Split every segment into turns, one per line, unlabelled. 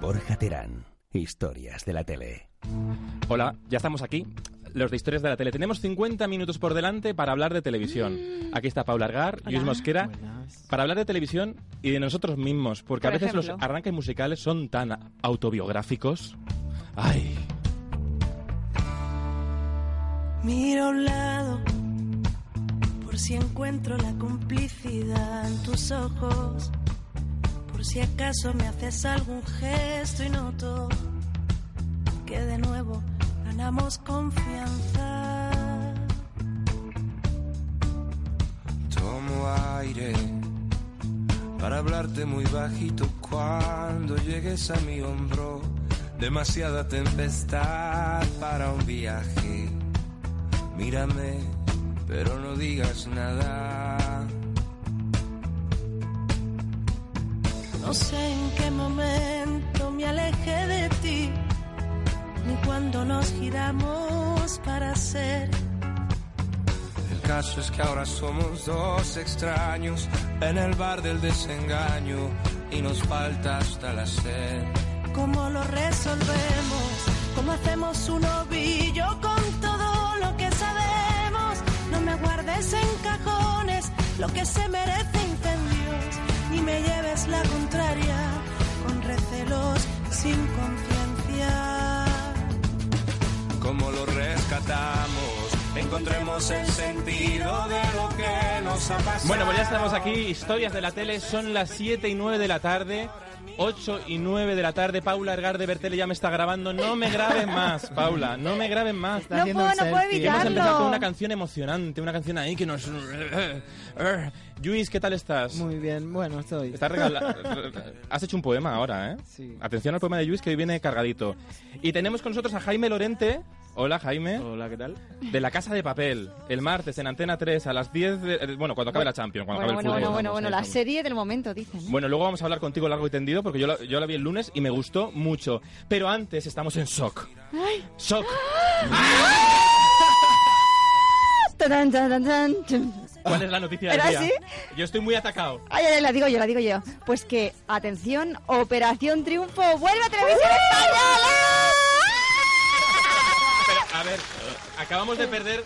Borja Terán, historias de la tele.
Hola, ya estamos aquí. Los de historias de la tele. Tenemos 50 minutos por delante para hablar de televisión.
Mm.
Aquí está Paula Argar, Luis Mosquera, para hablar de televisión y de nosotros mismos, porque
Por
a veces los
ejemplo.
arranques musicales son tan autobiográficos. Ay,
Miro a un lado por si encuentro la complicidad en tus ojos, por si acaso me haces algún gesto y noto que de nuevo ganamos confianza.
Tomo aire para hablarte muy bajito cuando llegues a mi hombro. Demasiada tempestad para un viaje. Mírame, pero no digas nada.
No sé en qué momento me alejé de ti, ni cuando nos giramos para ser.
El caso es que ahora somos dos extraños en el bar del desengaño y nos falta hasta la sed.
¿Cómo lo resolvemos? ¿Cómo hacemos un ovillo con todo lo que sabemos? No me guardes en cajones lo que se merece incendios, ni me lleves la contraria con recelos sin conciencia.
¿Cómo lo rescatamos? Encontremos el sentido de lo que nos ha pasado.
Bueno, pues ya estamos aquí. Historias de la tele son las 7 y 9 de la tarde. 8 y 9 de la tarde. Paula Argar de Bertele ya me está grabando. No me grabes más, Paula. No me grabes más.
Está haciendo
puedo,
un
no puedo
selfie.
Y hemos empezado con una
Carlos.
canción emocionante, una canción ahí que nos... Luis, ¿qué tal estás?
Muy bien, bueno, estoy.
Estás regala- Has hecho un poema ahora, ¿eh?
Sí.
Atención al poema de Luis que hoy viene cargadito. Y tenemos con nosotros a Jaime Lorente. Hola, Jaime.
Hola, ¿qué tal?
De La Casa de Papel. El martes en Antena 3 a las 10... de- eh, Bueno, cuando acabe la Champions, cuando
Bueno,
acabe el
bueno, bueno,
fútbol.
bueno,
Vamos,
bueno,
ahí
la
estamos.
serie del momento, dicen. ¿eh?
Bueno, luego vamos a hablar contigo largo y tendido porque yo la, yo la vi el lunes y me gustó mucho. Pero antes estamos en shock. ¡Shock!
Tan, tan, tan, tan, tan.
¿Cuál es la noticia del
¿Era
día?
así?
Yo estoy muy atacado.
Ay, ay, ay, la digo yo, la digo yo. Pues que, atención, Operación Triunfo, vuelve a Televisión
¡Uh!
Española.
Pero, a ver, acabamos de perder.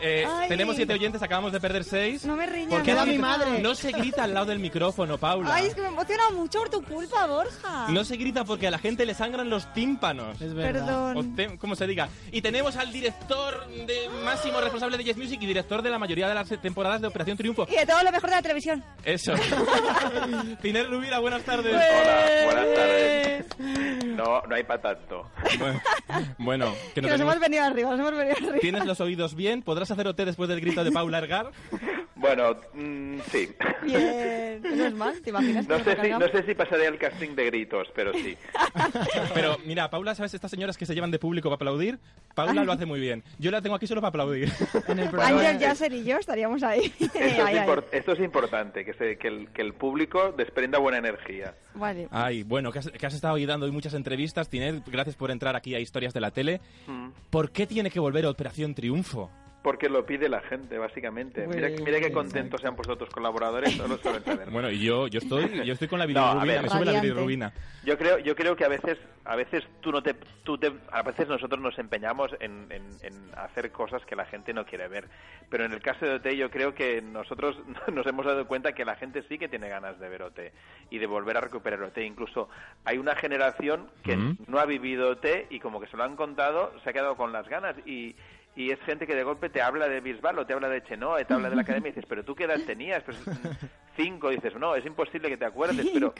eh,
Ay.
tenemos siete oyentes, acabamos de perder seis.
No me riñas,
¿Por qué
no
no,
me
se-
riñas.
no se grita al lado del micrófono, Paula?
Ay, es que me emociona mucho por tu culpa, Borja.
No se grita porque a la gente le sangran los tímpanos.
Es verdad.
O
Perdón.
te- ¿Cómo se diga? Y tenemos al director de máximo responsable de Yes Music y director de la mayoría de las temporadas de Operación Triunfo.
Y de todo lo mejor de la televisión.
Eso. Tiner Rubira, buenas tardes.
Pues.
Hola, buenas tardes. No, no hay para tanto.
Bueno, bueno, que
Que
no
nos
tenemos-
hemos venido arriba, nos hemos venido arriba.
¿Tienes los oídos bien? ¿Podrás hacer OT después del grito de Paula Ergar?
Bueno, mm, sí.
Bien, menos mal, ¿te imaginas?
No
que
sé,
nos
si,
cargamos?
no sé si pasaré al casting de gritos, pero sí.
Pero mira, Paula, ¿sabes? Estas señoras que se llevan de público para aplaudir, Paula lo hace muy bien. Yo la tengo aquí solo para aplaudir.
En el programa.
Ángel Yasser y yo estaríamos ahí.
Esto,
Ahí,
es,
ahí.
impor- esto es importante, que, se- que el, que el público desprenda buena energía.
Vale.
Ay, bueno, que has, que has estado hoy dando hoy muchas entrevistas, Tiner. Gracias por entrar aquí a Historias de la Tele. ¿Por qué tiene que volver Operación Triunfo?
Porque lo pide la gente, básicamente. Mira,
Bueno,
mira qué
exacto.
contentos se han puesto otros colaboradores, no lo saben saber.
Bueno, y yo, yo, estoy, yo estoy con la
No, a
bilirrubina,
ver.
me sube la
Radiante.
bilirrubina.
Yo creo, yo creo que a veces, a veces tú no te, tú te- a veces nosotros nos empeñamos en, en- en hacer cosas que la gente no quiere ver. Pero en el caso de OT, yo creo que nosotros nos hemos dado cuenta que la gente sí que tiene ganas de ver OT y de volver a recuperar OT. Incluso hay una generación que
Ujú.
no ha vivido OT y como que se lo han contado, se ha quedado con las ganas y y es gente que de golpe te habla de Bisbal, te habla de Chenoa, te habla de la academia y dices, pero tú qué edad tenías, Pues, cinco, y dices, no, es imposible que te acuerdes, pero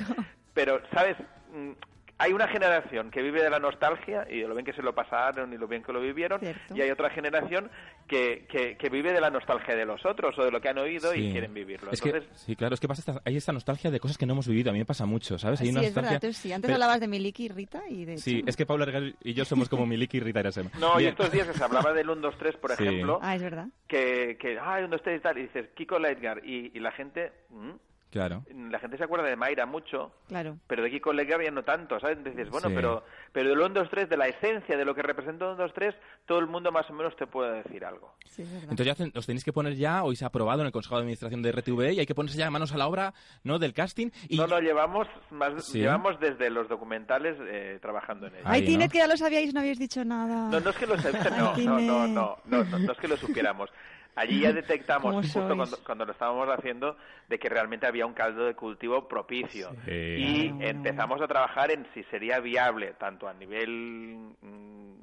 pero, ¿sabes? Mm, hay una generación que vive de la nostalgia y de lo bien que se lo pasaron y lo bien que lo vivieron,
Cierto.
y hay otra generación que, que, que vive de la nostalgia de los otros o de lo que han oído
Sí.
y quieren vivirlo.
Es
Entonces,
que, sí, claro, es que pasa esta- hay esta nostalgia de cosas que no hemos vivido. A mí me pasa mucho, ¿sabes? Pues Hay
Ah, sí,
una
es
nostalgia-
verdad, tú sí. Antes
Pero-
hablabas de Miliki y Rita y de...
Sí, es que Paula Regal y yo somos como Miliki y Rita Erasema.
no, y
Bien.
estos días que se hablaba del 1, 2, 3, por
Sí.
ejemplo,
Ah, es verdad.
que, que ah, ¿dónde está y tal? Y dices, Kiko Leitgar, y, y la gente... ¿Mm?
Claro.
La gente se acuerda de Mayra mucho,
Claro.
pero de Kiko Leitgar ya no tanto, ¿sabes? Dices, bueno,
Sí.
pero, pero del 1, 2, 3, de la esencia, de lo que representa 1, 2, 3, todo el mundo más o menos te puede decir algo.
Sí, es verdad.
Entonces ya hacen- os tenéis que poner ya, hoy se ha aprobado en el Consejo de Administración de RTV y hay que ponerse ya manos a la obra, ¿no? Del casting. Y
No, no, llevamos, más,
Sí.
llevamos desde los documentales eh, trabajando en ello.
Ay,
Ay, ¿no?
Tinet, que ya lo sabíais, no habéis dicho nada.
No, no es que lo supiéramos,
Ay,
no,
Tinet.
no, no, no, no, no es que lo supiéramos. Allí ya detectamos,
¿Cómo
justo
sois?
cuando, cuando lo estábamos haciendo, de que realmente había un caldo de cultivo propicio.
Sí.
Y
Claro, bueno.
empezamos a trabajar en si sería viable, tanto a nivel mm,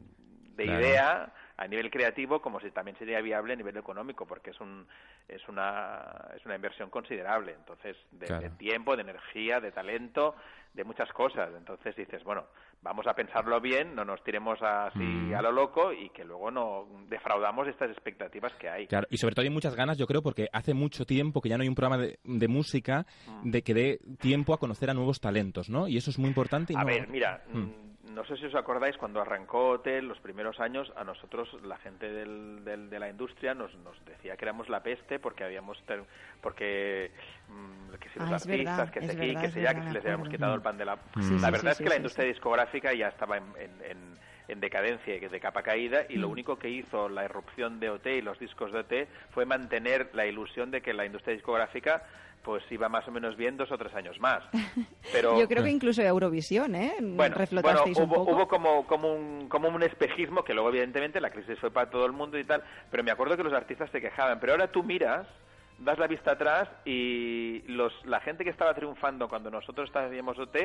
de
Claro.
idea, a nivel creativo, como si también sería viable a nivel económico, porque es, un, es, una, es una inversión considerable. Entonces, de,
Claro.
de tiempo, de energía, de talento, de muchas cosas. Entonces dices, bueno, vamos a pensarlo bien, no nos tiremos así
Mm.
a lo loco y que luego no defraudamos estas expectativas que hay.
Claro, y sobre todo hay muchas ganas, yo creo, porque hace mucho tiempo que ya no hay un programa de, de música
Mm.
de que dé tiempo a conocer a nuevos talentos, ¿no? Y eso es muy importante. y
A
no-
ver, mira,
Mm.
mm, no sé si os acordáis cuando arrancó Hotel, los primeros años, a nosotros la gente del, del- de la industria nos, nos decía que éramos la peste porque habíamos ter- porque mm, que si los
Ah, es
artistas,
verdad,
que si
es
aquí,
verdad,
que
es
si allá,
verdad,
que si
me
les
acuerdo.
habíamos
Mm.
quitado el pan de la...
Sí,
la
sí,
verdad
sí,
es
sí,
que la
sí,
industria discográfica ya estaba en, en- en- en decadencia y que de capa caída y lo
Mm.
único que hizo la irrupción de OT y los discos de OT fue mantener la ilusión de que la industria discográfica pues iba más o menos bien dos o tres años más. Pero mm.
Yo
Mm.
creo que incluso Eurovisión, ¿eh?
bueno,
Reflotasteis
bueno, hubo,
un poco.
hubo como, como, un, como un espejismo, que luego evidentemente la crisis fue para todo el mundo y tal, pero me acuerdo que los artistas se quejaban, pero ahora tú miras, das la vista atrás y los, la gente que estaba triunfando cuando nosotros estábamos OT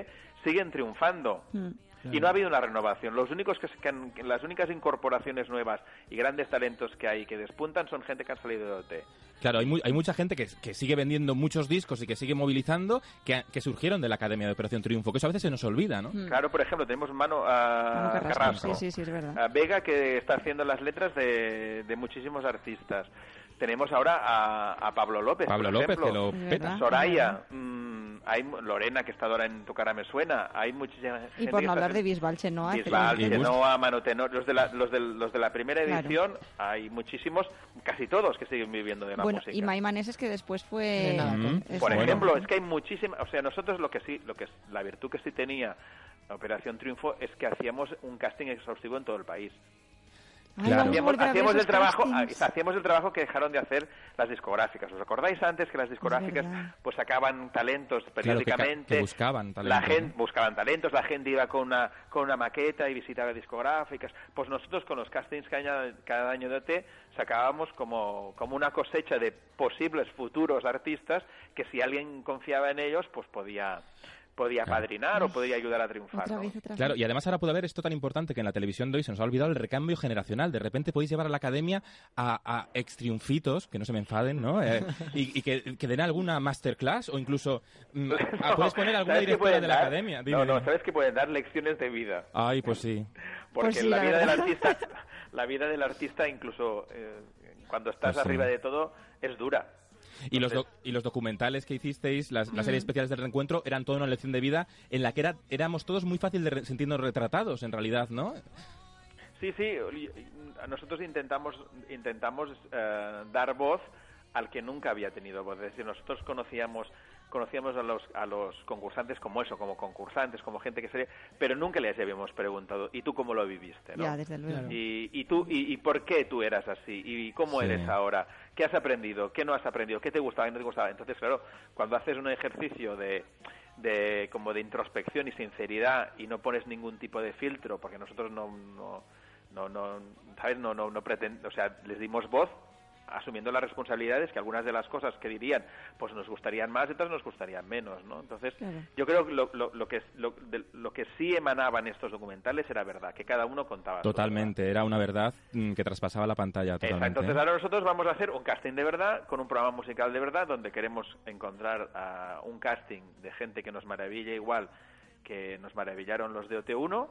siguen triunfando. Y no ha habido una renovación. Los únicos que, se- que han- que las únicas incorporaciones nuevas y grandes talentos que hay que despuntan son gente que han salido de OT.
Claro, hay, mu- hay mucha gente que, que sigue vendiendo muchos discos y que sigue movilizando que, ha- que surgieron de la Academia de Operación Triunfo, que eso a veces se nos olvida, ¿no?
Claro, por ejemplo, tenemos mano a
Hmm. Manu Carrasco.
Carrasco.
Sí, sí, sí, es verdad.
a Vega que está haciendo las letras de, de muchísimos artistas. Tenemos ahora a, a Pablo López.
Pablo
por
López,
ejemplo.
que lo
Es verdad.
peta.
Soraya, mm, hay mu- Lorena que está ahora en Tu cara me suena, hay muchísima gente.
Y por
que
no
está
hablar de
haciendo-
Bisbal Chenoa. que-
Bisbal,
Y Gust-
Chenoa, Mano Tenor, los de la, los de, los de la primera
Claro.
edición, hay muchísimos, casi todos que siguen viviendo de la
Bueno,
música.
y Maimaneses que después
De
fue...
nada,
Mm.
Exacto.
Por
Bueno.
ejemplo, es que hay muchísimas, o sea, nosotros lo que sí, lo que es- la virtud que sí tenía la Operación Triunfo es que hacíamos un casting exhaustivo en todo el país.
Ay,
Claro.
vamos a
Hacíamos,
volver a ver
hacíamos el
esos
trabajo, ah,
castings.
hacíamos el trabajo que dejaron de hacer las discográficas. ¿Os acordáis antes que las discográficas
verdad.
pues sacaban talentos
que ca-
periódicamente?
que buscaban
La
talentos,
gente buscaban talentos, la gente iba con una con una maqueta y visitaba discográficas. Pues nosotros con los castings que aña- cada año de OT sacábamos como como una cosecha de posibles futuros artistas que si alguien confiaba en ellos, pues podía podía
Claro.
padrinar o podía ayudar a triunfar.
Otra
¿no?
vez, otra vez.
Claro, y además ahora puede haber esto tan importante que en la televisión de hoy se nos ha olvidado el recambio generacional. De repente podéis llevar a la academia a, a extriunfitos, que no se me enfaden, ¿no? Eh, y y que, que den alguna masterclass o incluso mm, a- puedes poner a alguna
¿Sabes qué
directora
pueden
de la
dar?
academia.
no,
Dime,
no,
dime.
sabes que pueden dar lecciones de vida.
Ay, pues sí.
porque
Pues sí,
la,
la
vida del
verdad.
artista la vida del artista incluso eh, cuando estás
Pues sí.
arriba de todo es dura
Y los, doc- y los documentales que hicisteis, las, las
Mm.
series especiales del reencuentro, eran toda una lección de vida en la que era, éramos todos muy fácil de re- sentirnos retratados, en realidad, ¿no?
sí sí y- y nosotros intentamos intentamos eh, dar voz al que nunca había tenido voz es decir nosotros conocíamos conocíamos a los a los concursantes como eso como concursantes como gente que sería pero nunca les habíamos preguntado y tú cómo lo viviste no?
Ya, desde luego.
Claro.
Y, y tú, y, y por qué tú eras así? ¿Y cómo
Sí.
eres ahora? ¿Qué has aprendido? ¿Qué no has aprendido? ¿Qué te gustaba? ¿Qué no te gustaba? Entonces, claro, cuando haces un ejercicio de, de como de introspección y sinceridad y no pones ningún tipo de filtro, porque nosotros no, no, no, no ¿sabes? No, no, no preten- o sea, les dimos voz asumiendo las responsabilidades que algunas de las cosas que dirían pues nos gustarían más y otras nos gustarían menos no entonces
Claro.
yo creo que lo, lo, lo que lo, de- lo que sí emanaban estos documentales era verdad que cada uno contaba su verdad.
Totalmente, era una verdad mm, que traspasaba la pantalla
Exacto,
totalmente.
Entonces ahora nosotros vamos a hacer un casting de verdad con un programa musical de verdad donde queremos encontrar a un casting de gente que nos maraville igual que nos maravillaron los de OT1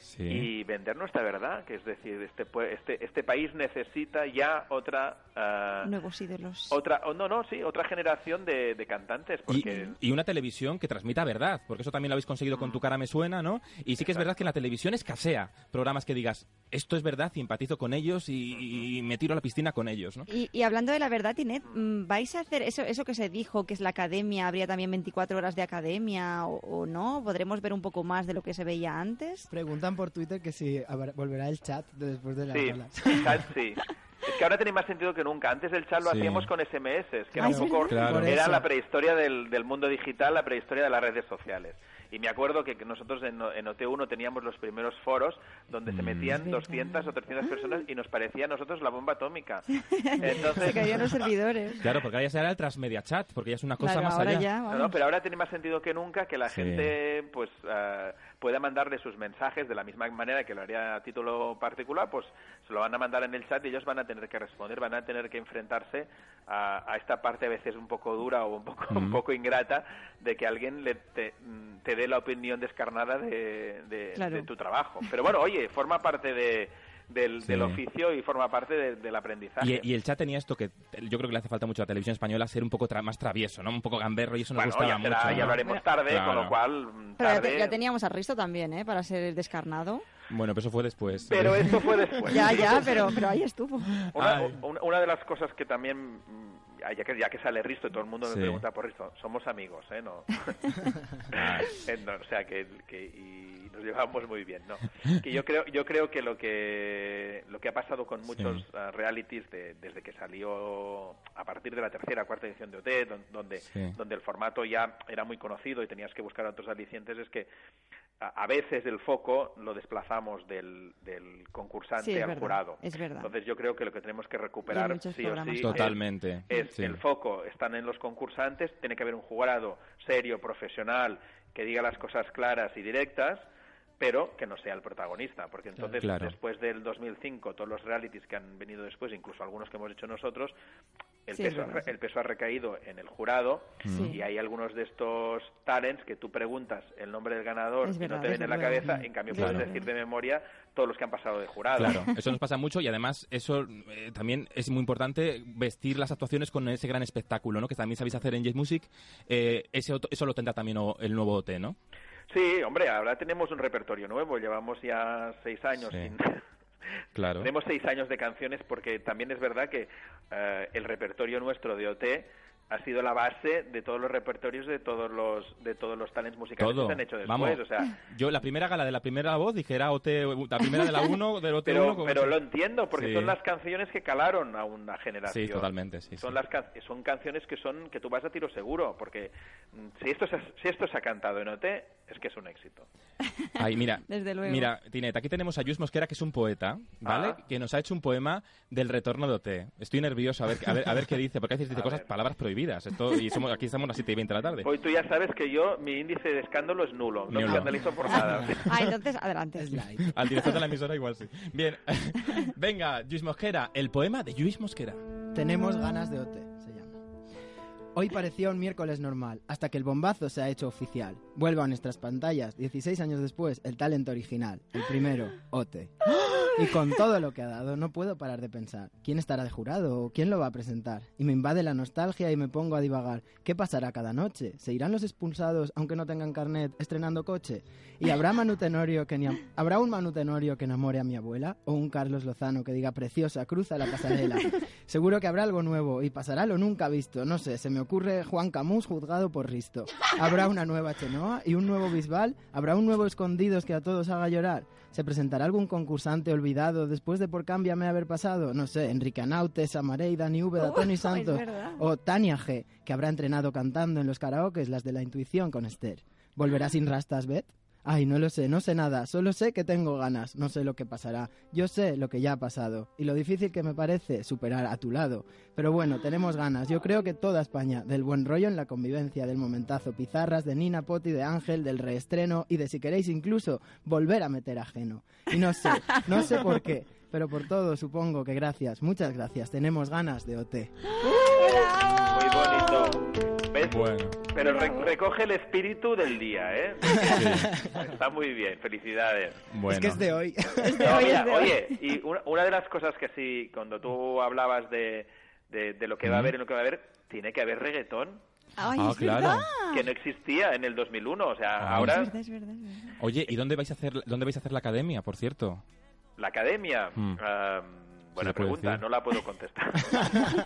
Sí.
y vender nuestra verdad, que es decir, este, pue- este, este país necesita ya otra... ah,
Nuevos ídolos.
otra, oh, no, no, sí, otra generación de, de cantantes, porque... Mm.
Y, y una televisión que transmita verdad, porque eso también lo habéis conseguido con Tu cara me suena, ¿no? Y sí que es verdad que en la televisión escasea programas que digas, esto es verdad y empatizo con ellos y, y me tiro a la piscina con ellos, ¿no?
Y, y hablando de la verdad, Inet, mm, ¿vais a hacer eso, eso que se dijo, que es la academia? ¿Habría también 24 horas de academia o, o no? ¿Podremos ver un poco más de lo que se veía antes?
Preguntan por Twitter que si habrá- volverá el chat de después de la
Sí,
gala.
el chat sí. Es que ahora tiene más sentido que nunca. Antes el chat lo
Sí.
hacíamos con SMS, que era
Ah,
un
es
poco...
verdad.
Claro.
Por
Era
eso.
la prehistoria del, del mundo digital, la prehistoria de las redes sociales. Y me acuerdo que que nosotros en, O- en OT1 teníamos los primeros foros donde
Mm.
se metían 200 o 300 personas y nos parecía a nosotros la bomba atómica.
Se
Entonces,
caían los servidores.
Claro, porque ahora ya será el transmedia chat, porque ya es una cosa
Claro,
más
ahora
allá.
ya,
No,
vamos.
no, pero ahora tiene más sentido que nunca que la
Sí.
gente pues ah, pueda mandarle sus mensajes de la misma manera que lo haría a título particular, pues se lo van a mandar en el chat y ellos van a tener que responder, van a tener que enfrentarse a, a esta parte a veces un poco dura o un poco un poco ingrata de que alguien le te, mm, te dé la opinión descarnada de, de-
Claro.
de tu trabajo. Pero bueno, oye, forma parte de- del,
Sí.
del oficio y forma parte de- del aprendizaje.
Y, y el chat tenía esto que te- yo creo que le hace falta mucho a la televisión española ser un poco tra- más travieso, ¿no? Un poco gamberro y eso nos
bueno,
gustaba
ya, será-
mucho.
ya
¿no?
lo haremos tarde, con
Claro.
lo cual... mm,
Pero ya,
tarde-
te- ya teníamos a Risto también, ¿eh? Para ser descarnado.
Bueno, pero eso fue después.
Pero eso fue después.
Ya, ya, pero, pero ahí estuvo.
Una,
Ay.
una- una de las cosas que también, mm, ya que, ya que sale Risto y todo el mundo me
Sí.
pregunta por Risto, somos amigos, ¿eh? No. Eh, no, o sea, que, que- y nos llevamos muy bien, ¿no? Que yo creo, yo creo que lo que lo que ha pasado con muchos ah, realities de- desde que salió a partir de la tercera, cuarta edición de OT, don- donde,
Sí.
donde el formato ya era muy conocido y tenías que buscar otros alicientes, es que a a veces el foco lo desplazamos del, del concursante
Sí, es
al
verdad,
jurado.
es verdad.
Entonces yo creo que lo que tenemos que
Y hay
recuperar
muchos
sí o
programas.
sí
Totalmente.
es, es
sí.
el foco están en los concursantes, tiene que haber un jurado serio, profesional, que diga las cosas claras y directas, pero que no sea el protagonista, porque entonces
Claro.
después del 2005 todos los realities que han venido después, incluso algunos que hemos hecho nosotros, el,
Sí, es
peso, ha
verdad,
re-
sí.
el peso ha recaído en el jurado
Mm.
Sí.
y hay algunos de estos talents que tú preguntas el nombre del ganador
Es
y no
verdad,
te
es
viene en la
verdad. Mm.
cabeza, en cambio
Es
puedes
verdad.
decir de memoria todos los que han pasado de jurado.
Claro, eso nos pasa mucho y además eso eh, también es muy importante vestir las actuaciones con ese gran espectáculo, ¿no? Que también sabéis hacer en Jazz Music. Eh, ese otro- eso lo tendrá también o- el nuevo OT, ¿no?
Sí, hombre, ahora tenemos un repertorio nuevo, llevamos ya seis años
Sí.
sin...
Claro.
Tenemos seis años de canciones porque también es verdad que eh, el repertorio nuestro de OT ha sido la base de todos los repertorios de todos los de todos los talents musicales
Todo.
que se han hecho después,
Vamos.
o sea,
Yo la primera gala de la primera voz dijera OT, la primera de la 1, del OT1.
pero
como-
pero lo entiendo porque
Sí.
son las canciones que calaron a una generación.
Sí, totalmente, sí.
Son
sí.
las can- son canciones que son que tú vas a tiro seguro porque mm, si esto se ha, si esto se ha cantado en OT es que es un éxito.
Ay, mira,
Desde luego.
mira, Tinet, aquí tenemos a Luis Mosquera, que es un poeta, ¿vale?
Ah.
Que nos ha hecho un poema del retorno de OT. Estoy nervioso a ver, a ver, a ver qué dice, porque a veces dice
A
cosas,
ver. Pues
palabras prohibidas. Esto, y somos, aquí estamos a las 7 y 20 de la tarde.
Hoy tú ya sabes que yo mi índice de escándalo es nulo, no
Ni
me
uno.
escandalizo por nada.
Ah, entonces, adelante.
Es light.
Al director de la emisora igual sí. Bien, venga, Luis Mosquera, el poema de Luis Mosquera.
Tenemos ganas de OT, se llama. Hoy parecía un miércoles normal, hasta que el bombazo se ha hecho oficial. Vuelve a nuestras pantallas, 16 años después, el talento original, el primero, OT. Y con todo lo que ha dado, no puedo parar de pensar. ¿Quién estará de jurado o quién lo va a presentar? Y me invade la nostalgia y me pongo a divagar. ¿Qué pasará cada noche? ¿Se irán los expulsados, aunque no tengan carnet, estrenando coche? ¿Y habrá, Manu Tenorio que ni am- habrá un manutenorio que enamore a mi abuela? ¿O un Carlos Lozano que diga, preciosa, cruza la pasarela? Seguro que habrá algo nuevo y pasará lo nunca visto. No sé, se me ocurre Juan Camus juzgado por Risto. Habrá una nueva Chenoa y un nuevo Bisbal. Habrá un nuevo Escondidos que a todos haga llorar. ¿Se presentará algún concursante olvidado después de por cámbiame haber pasado? No sé, Enrique Anaute, Samarey, Dani Úbeda, Tony
Oh, es
Santos
verdad.
o Tania G, que habrá entrenado cantando en los karaokes las de la intuición con Esther. ¿Volverá sin rastas, Beth? Ay, no lo sé, no sé nada, solo sé que tengo ganas, no sé lo que pasará, yo sé lo que ya ha pasado y lo difícil que me parece superar a tu lado. Pero bueno, tenemos ganas, yo creo que toda España, del buen rollo en la convivencia, del momentazo, pizarras de Nina Poti, de Ángel, del reestreno y de si queréis incluso volver a meter ajeno. Y no sé, no sé por qué, pero por todo supongo que gracias, muchas gracias, tenemos ganas de OT.
Muy bonito. ¿Ves?
Bueno.
Pero re- recoge el espíritu del día, ¿eh? Está muy bien, felicidades.
Bueno.
Es que es de hoy.
No,
hoy,
mira,
es de hoy.
oye, y una, una de las cosas que sí, cuando tú hablabas de, de, de lo que va a haber y lo que va a haber, tiene que haber reggaetón,
Ay,
Ah,
es
claro.
verdad.
que no existía en el 2001. O sea,
Ah.
Es
ahora
verdad, es verdad, es verdad.
Oye, ¿y dónde vais a hacer dónde vais a hacer la academia, por cierto?
la academia.
Mm.
ah, buena
¿Se puede
pregunta,
decir?
no la puedo contestar.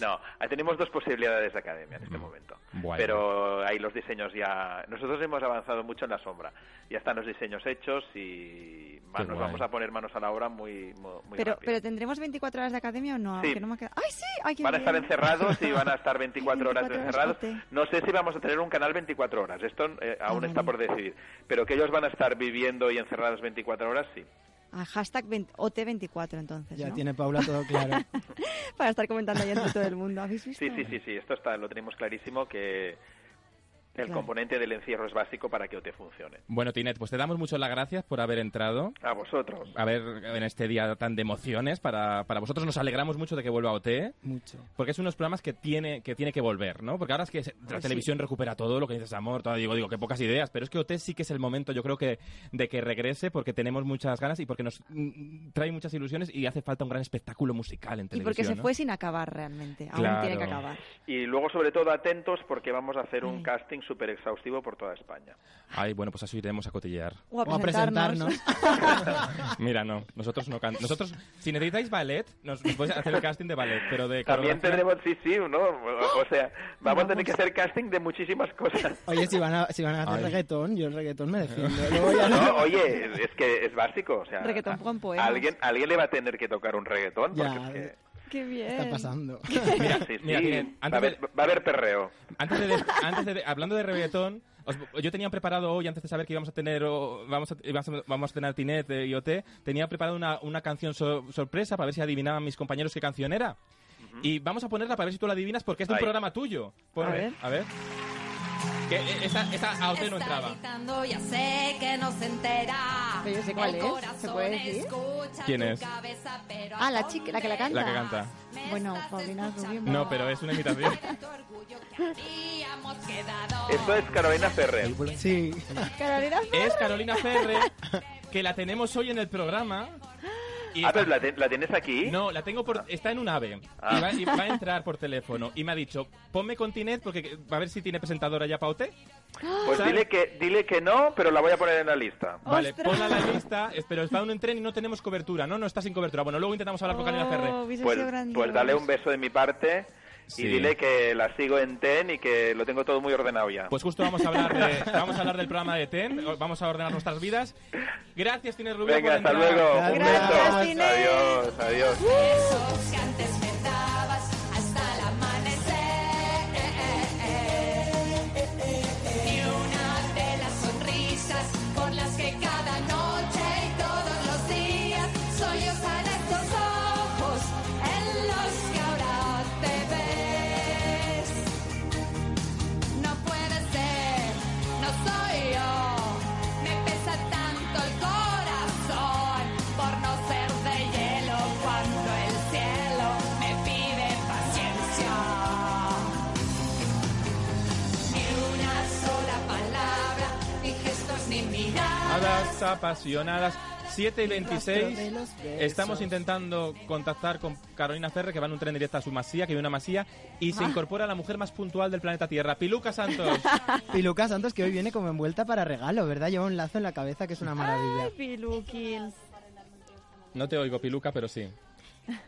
no, ahí tenemos dos posibilidades de academia en
Hmm,
este momento.
Bueno.
Pero ahí los diseños ya. Nosotros hemos avanzado mucho en la sombra. Ya están los diseños hechos y va,
Qué
nos
guay.
vamos a poner manos a la obra muy, muy, muy
Pero,
rápido.
pero tendremos 24 horas de academia o no,
Sí.
Aunque no me ha quedado- Ay, sí, ay, qué
Van a
bien.
estar encerrados y van a estar 24 horas
24
encerrados.
horas, ok.
No sé si vamos a tener un canal 24 horas, esto eh, aún
Ah,
está
vale.
por decidir. Pero que ellos van a estar viviendo y encerrados 24 horas, sí.
Ah, hashtag 20 OT24 entonces,
ya
¿no?
tiene Paula todo claro.
Para estar comentando ahí entre todo el mundo. ¿Habéis visto?
Sí, sí, sí, sí, esto está, lo tenemos clarísimo que el
Claro.
componente del encierro es básico para que OT funcione.
Bueno, Tinet, pues te damos muchas las gracias por haber entrado.
A vosotros.
A ver, en este día tan de emociones para, para vosotros nos alegramos mucho de que vuelva OT.
Mucho.
Porque es unos programas que tiene que tiene que volver, ¿no? Porque ahora es que se- la televisión recupera todo lo que dices amor, todo, digo, digo, que pocas ideas, pero es que OT sí que es el momento, yo creo que de que regrese porque tenemos muchas ganas y porque nos mm, trae muchas ilusiones y hace falta un gran espectáculo musical en
Y
televisión.
porque se
¿no?
fue sin acabar realmente. Aún
Claro.
tiene que acabar.
Y luego, sobre todo, atentos porque vamos a hacer un
Ay.
casting súper exhaustivo por toda España.
Ay, bueno, pues así iremos a cotillear.
O a
O a
presentarnos.
presentarnos.
Mira, no, nosotros no cantamos. Nosotros si necesitáis ballet, nos, nos podéis hacer el casting de ballet, pero de
También
coreografía-
tendremos, sí, sí, ¿no? O o sea, vamos a tener que hacer casting de muchísimas cosas.
Oye, si van a, si van a hacer
Ay.
reggaetón, yo el reggaetón me defiendo. Luego ya no-
No, oye, es- es que es básico. O sea,
Reggaetón con poemas.
Alguien, alguien le va a tener que tocar un reggaetón. Porque
Ya,
es que-
Qué bien.
está pasando.
Mira,
sí, sí,
mira, Tinet,
va, a
antes
haber,
de,
va a haber perreo.
Antes de, antes de- hablando de reggaetón, os- yo tenía preparado hoy, antes de saber que íbamos a tener o, vamos a, íbamos a- vamos a tener Tinet eh, y OT, tenía preparado una, una canción so- sorpresa para ver si adivinaban mis compañeros qué canción era. Y vamos a ponerla para ver si tú la adivinas porque es de un
Ahí.
programa tuyo. Ponme,
A ver.
a ver. Que eh, esta, esta a OT no entraba.
gritando, ya sé que no se entera.
Pero yo sé cuál
El
es,
corazón
¿se puede decir?
escucha
¿Quién
tu
es?
cabeza, pero
Ah, la
¿a dónde
chica- la que la canta.
La que canta.
Me
Bueno,
estás
Paulina Rubio,
escuchando.
No, pero es una imitación.
Era tu orgullo que habíamos quedado.
Esto es Carolina Ferrer.
Sí.
Carolina
Es Carolina Ferre, que la tenemos hoy en el programa. Y
Ah, pero la, te- la tienes aquí.
No, la tengo por... Está en un AVE.
Ah.
Y, va, y va a entrar por teléfono. Y me ha dicho, ponme con Tinet porque va a ver si tiene presentadora ya para OT.
Pues
¿sabes?
dile que, dile que no, pero la voy a poner en la lista.
Vale,
¡Ostras!
ponla a la lista. es- Pero está en tren y no tenemos cobertura. No, no, está sin cobertura. Bueno, luego intentamos hablar con Karina
Oh,
Ferre.
hubiese
Pues,
sido grandioso.
pues dale un beso de mi parte
Sí.
y dile que la sigo en TEN y que lo tengo todo muy ordenado ya.
Pues justo vamos a hablar de, vamos a hablar del programa de TEN. o- Vamos a ordenar nuestras vidas. Gracias, Tinet Rubio.
Venga,
por
hasta
entrar.
luego. Un
Gracias,
beso.
Tine.
Adiós, adiós.
Besos que antes me dabas hasta el amanecer. Ni una de las sonrisas por las que cada noche y todos los días sollozan estos ojos en los que ahora te ves. No puede ser, no soy yo. Me pesa tanto el corazón por no ser de hielo cuando el cielo me pide paciencia. Ni una sola palabra, ni gestos, ni miradas.
Apasionadas, apasionadas. 7 y 26.
rastro de los besos.
Estamos intentando contactar con Carolina Ferre, que va en un tren directo a su masía, que vive en una masía, y
Ah.
se incorpora la mujer más puntual del planeta Tierra, Piluca Santos.
Y Lucas Santos que hoy viene como envuelta para regalo, ¿verdad? Lleva un lazo en la cabeza que es una maravilla.
Piluquín.
No te oigo, Piluca, pero sí.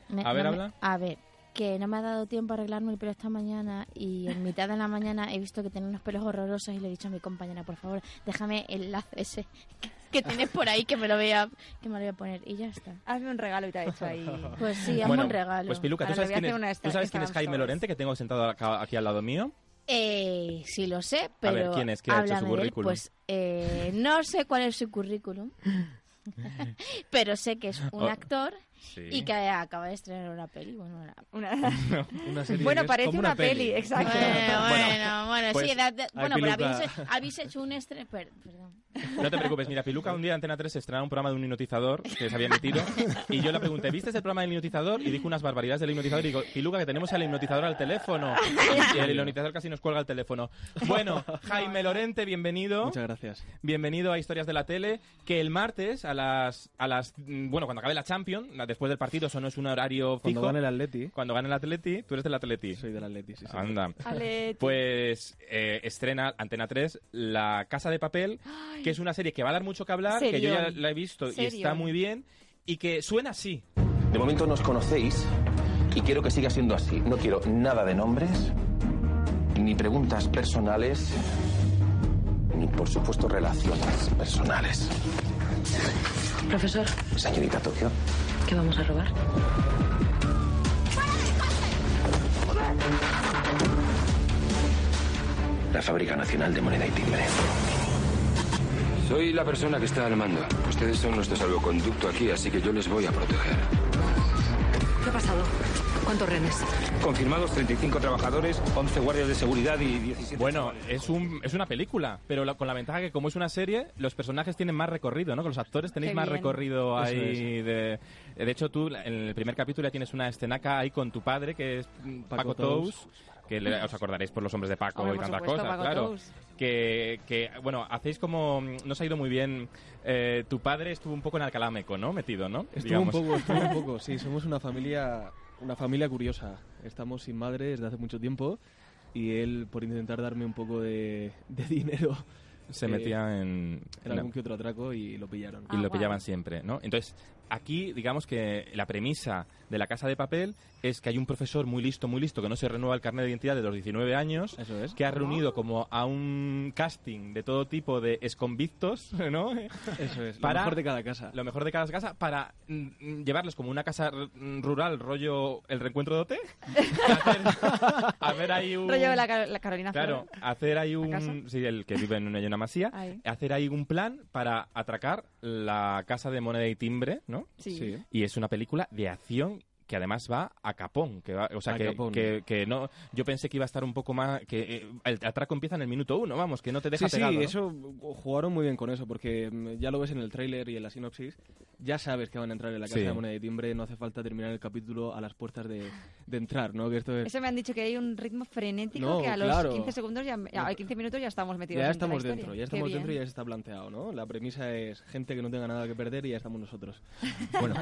Ne-
A ver,
no me-
habla.
a ver, que no me ha dado tiempo a arreglarme el pelo esta mañana y en mitad de la mañana he visto que tenía unos pelos horrorosos y le he dicho a mi compañera, por favor, déjame el lazo ese que, que tienes por ahí que me lo voy a, que me lo voy a poner y ya está.
Hazme un regalo y te ha hecho ahí.
Pues sí, hazme
Bueno,
un regalo.
Pues Piluca, ¿tú
Ahora
sabes
le voy a hacer
quién es,
una
tú
esta-
sabes quién es
Instagram
Jaime
Stories.
Lorente, que tengo sentado acá- aquí al lado mío?
Eh, sí lo sé, pero
ver, ¿quién es? ¿Qué ha hecho su
háblame de él.
currículum?
Pues eh, no sé cuál es su currículum, pero sé que es un
Oh.
actor
Sí.
Y que acaba de estrenar una peli. Bueno, una-
Una-
Una serie
Bueno,
que es
parece
como
una peli, exacto.
Bueno,
Bueno, bueno, bueno,
pues,
sí, da- da-
ay,
bueno, pero
Piluca.
habéis, hecho- habéis hecho un estreno... Perdón.
No te preocupes, mira, Piluca un día en Antena 3 estrenaba un programa de un hipnotizador que se había emitido y yo le pregunté, ¿viste el programa del hipnotizador? Y dijo unas barbaridades del hipnotizador y digo, Piluca, que tenemos al hipnotizador al teléfono. Y el hipnotizador casi nos cuelga el teléfono. Bueno, Jaime Lorente, bienvenido.
Muchas gracias.
Bienvenido a Historias de la Tele, que el martes a las, a las mm, bueno, cuando acabe la Champions, la- después del partido, eso no es un horario
Cuando
fijo.
gane el Atleti,
Cuando gane el Atleti, tú eres del Atleti.
soy del Atleti, sí, sí.
Anda.
Ale,
Pues eh, estrena Antena 3 La Casa de Papel, que es una serie que va a dar mucho que hablar, que yo ya
Serión.
la he visto y está
Serión.
muy bien, y que suena así.
De momento nos conocéis y quiero que siga siendo así. No quiero nada de nombres, ni preguntas personales, ni por supuesto relaciones personales.
Profesor,
Señorita Tokio,
¿qué vamos a robar?
la Fábrica Nacional de Moneda y Timbre.
Soy la persona que está al mando. Ustedes son nuestro salvoconducto aquí, así que yo les voy a proteger.
¿Qué ha pasado? ¿Cuántos renes?
Confirmados 35 trabajadores, 11 guardias de seguridad y 17...
Bueno, es, un, es una película, pero la- con la ventaja que como es una serie, los personajes tienen más recorrido, ¿no? Que los actores tenéis
Qué
más
bien.
recorrido
Eso
ahí. De, de hecho, tú en el primer capítulo ya tienes una escenaca ahí con tu padre, que es mm,
Paco
Paco, Tous,
Tous.
que le- os acordaréis por los hombres de Paco
Hombre,
y
por
tantas
supuesto,
cosas,
Paco
claro.
Tous.
Que, que, bueno, hacéis como... mm, No os ha ido muy bien... eh, tu padre estuvo un poco en Alcalá Meco, ¿no? Metido, ¿no?
Estuvo
Digamos.
un poco, estuvo un poco. Sí, somos una familia, una familia curiosa. Estamos sin madre desde hace mucho tiempo y él, por intentar darme un poco de, de dinero,
Se
eh,
metía en...
en
en-
algún que otro atraco y lo pillaron.
y lo pillaban siempre, ¿no? Entonces, aquí, digamos que la premisa de la casa de papel es que hay un profesor muy listo, muy listo, que no se renueva el carnet de identidad de los 19 años, que ha reunido como a un casting de todo tipo de exconvictos, ¿no?
Eso es, lo mejor de cada casa.
Lo mejor de cada casa para mm, mm, llevarlos como una casa r- mm, rural, rollo el reencuentro de OT. A ver ahí un...
rollo de la, Car- la Carolina
Claro,
Ferrer.
hacer ahí
casa?
un... Sí, el que vive en una, en una masía.
Ahí.
Hacer ahí un plan para atracar la casa de moneda y timbre, ¿no?
Sí. Sí.
Y es una película de acción que además va a capón, que va- o sea
A
que,
capón.
que- que no, yo pensé que iba a estar un poco más, que eh, el atraco empieza en el minuto uno, vamos, que no te deja
sí,
pegado,
sí,
¿no?
eso jugaron muy bien con eso, porque mm, ya lo ves en el tráiler y en la sinopsis, ya sabes que van a entrar en la casa
Sí.
de moneda y timbre, no hace falta terminar el capítulo a las puertas de, de entrar, ¿no? Que esto es...
Eso me han dicho que hay un ritmo frenético
No,
que a los
claro.
15 segundos ya, a 15 minutos ya estamos metidos.
Ya
en
estamos
la historia.
dentro, ya
Qué
estamos dentro y
bien.
ya se está planteado, ¿no? La premisa es gente que no tenga nada que perder y ya estamos nosotros.
Bueno,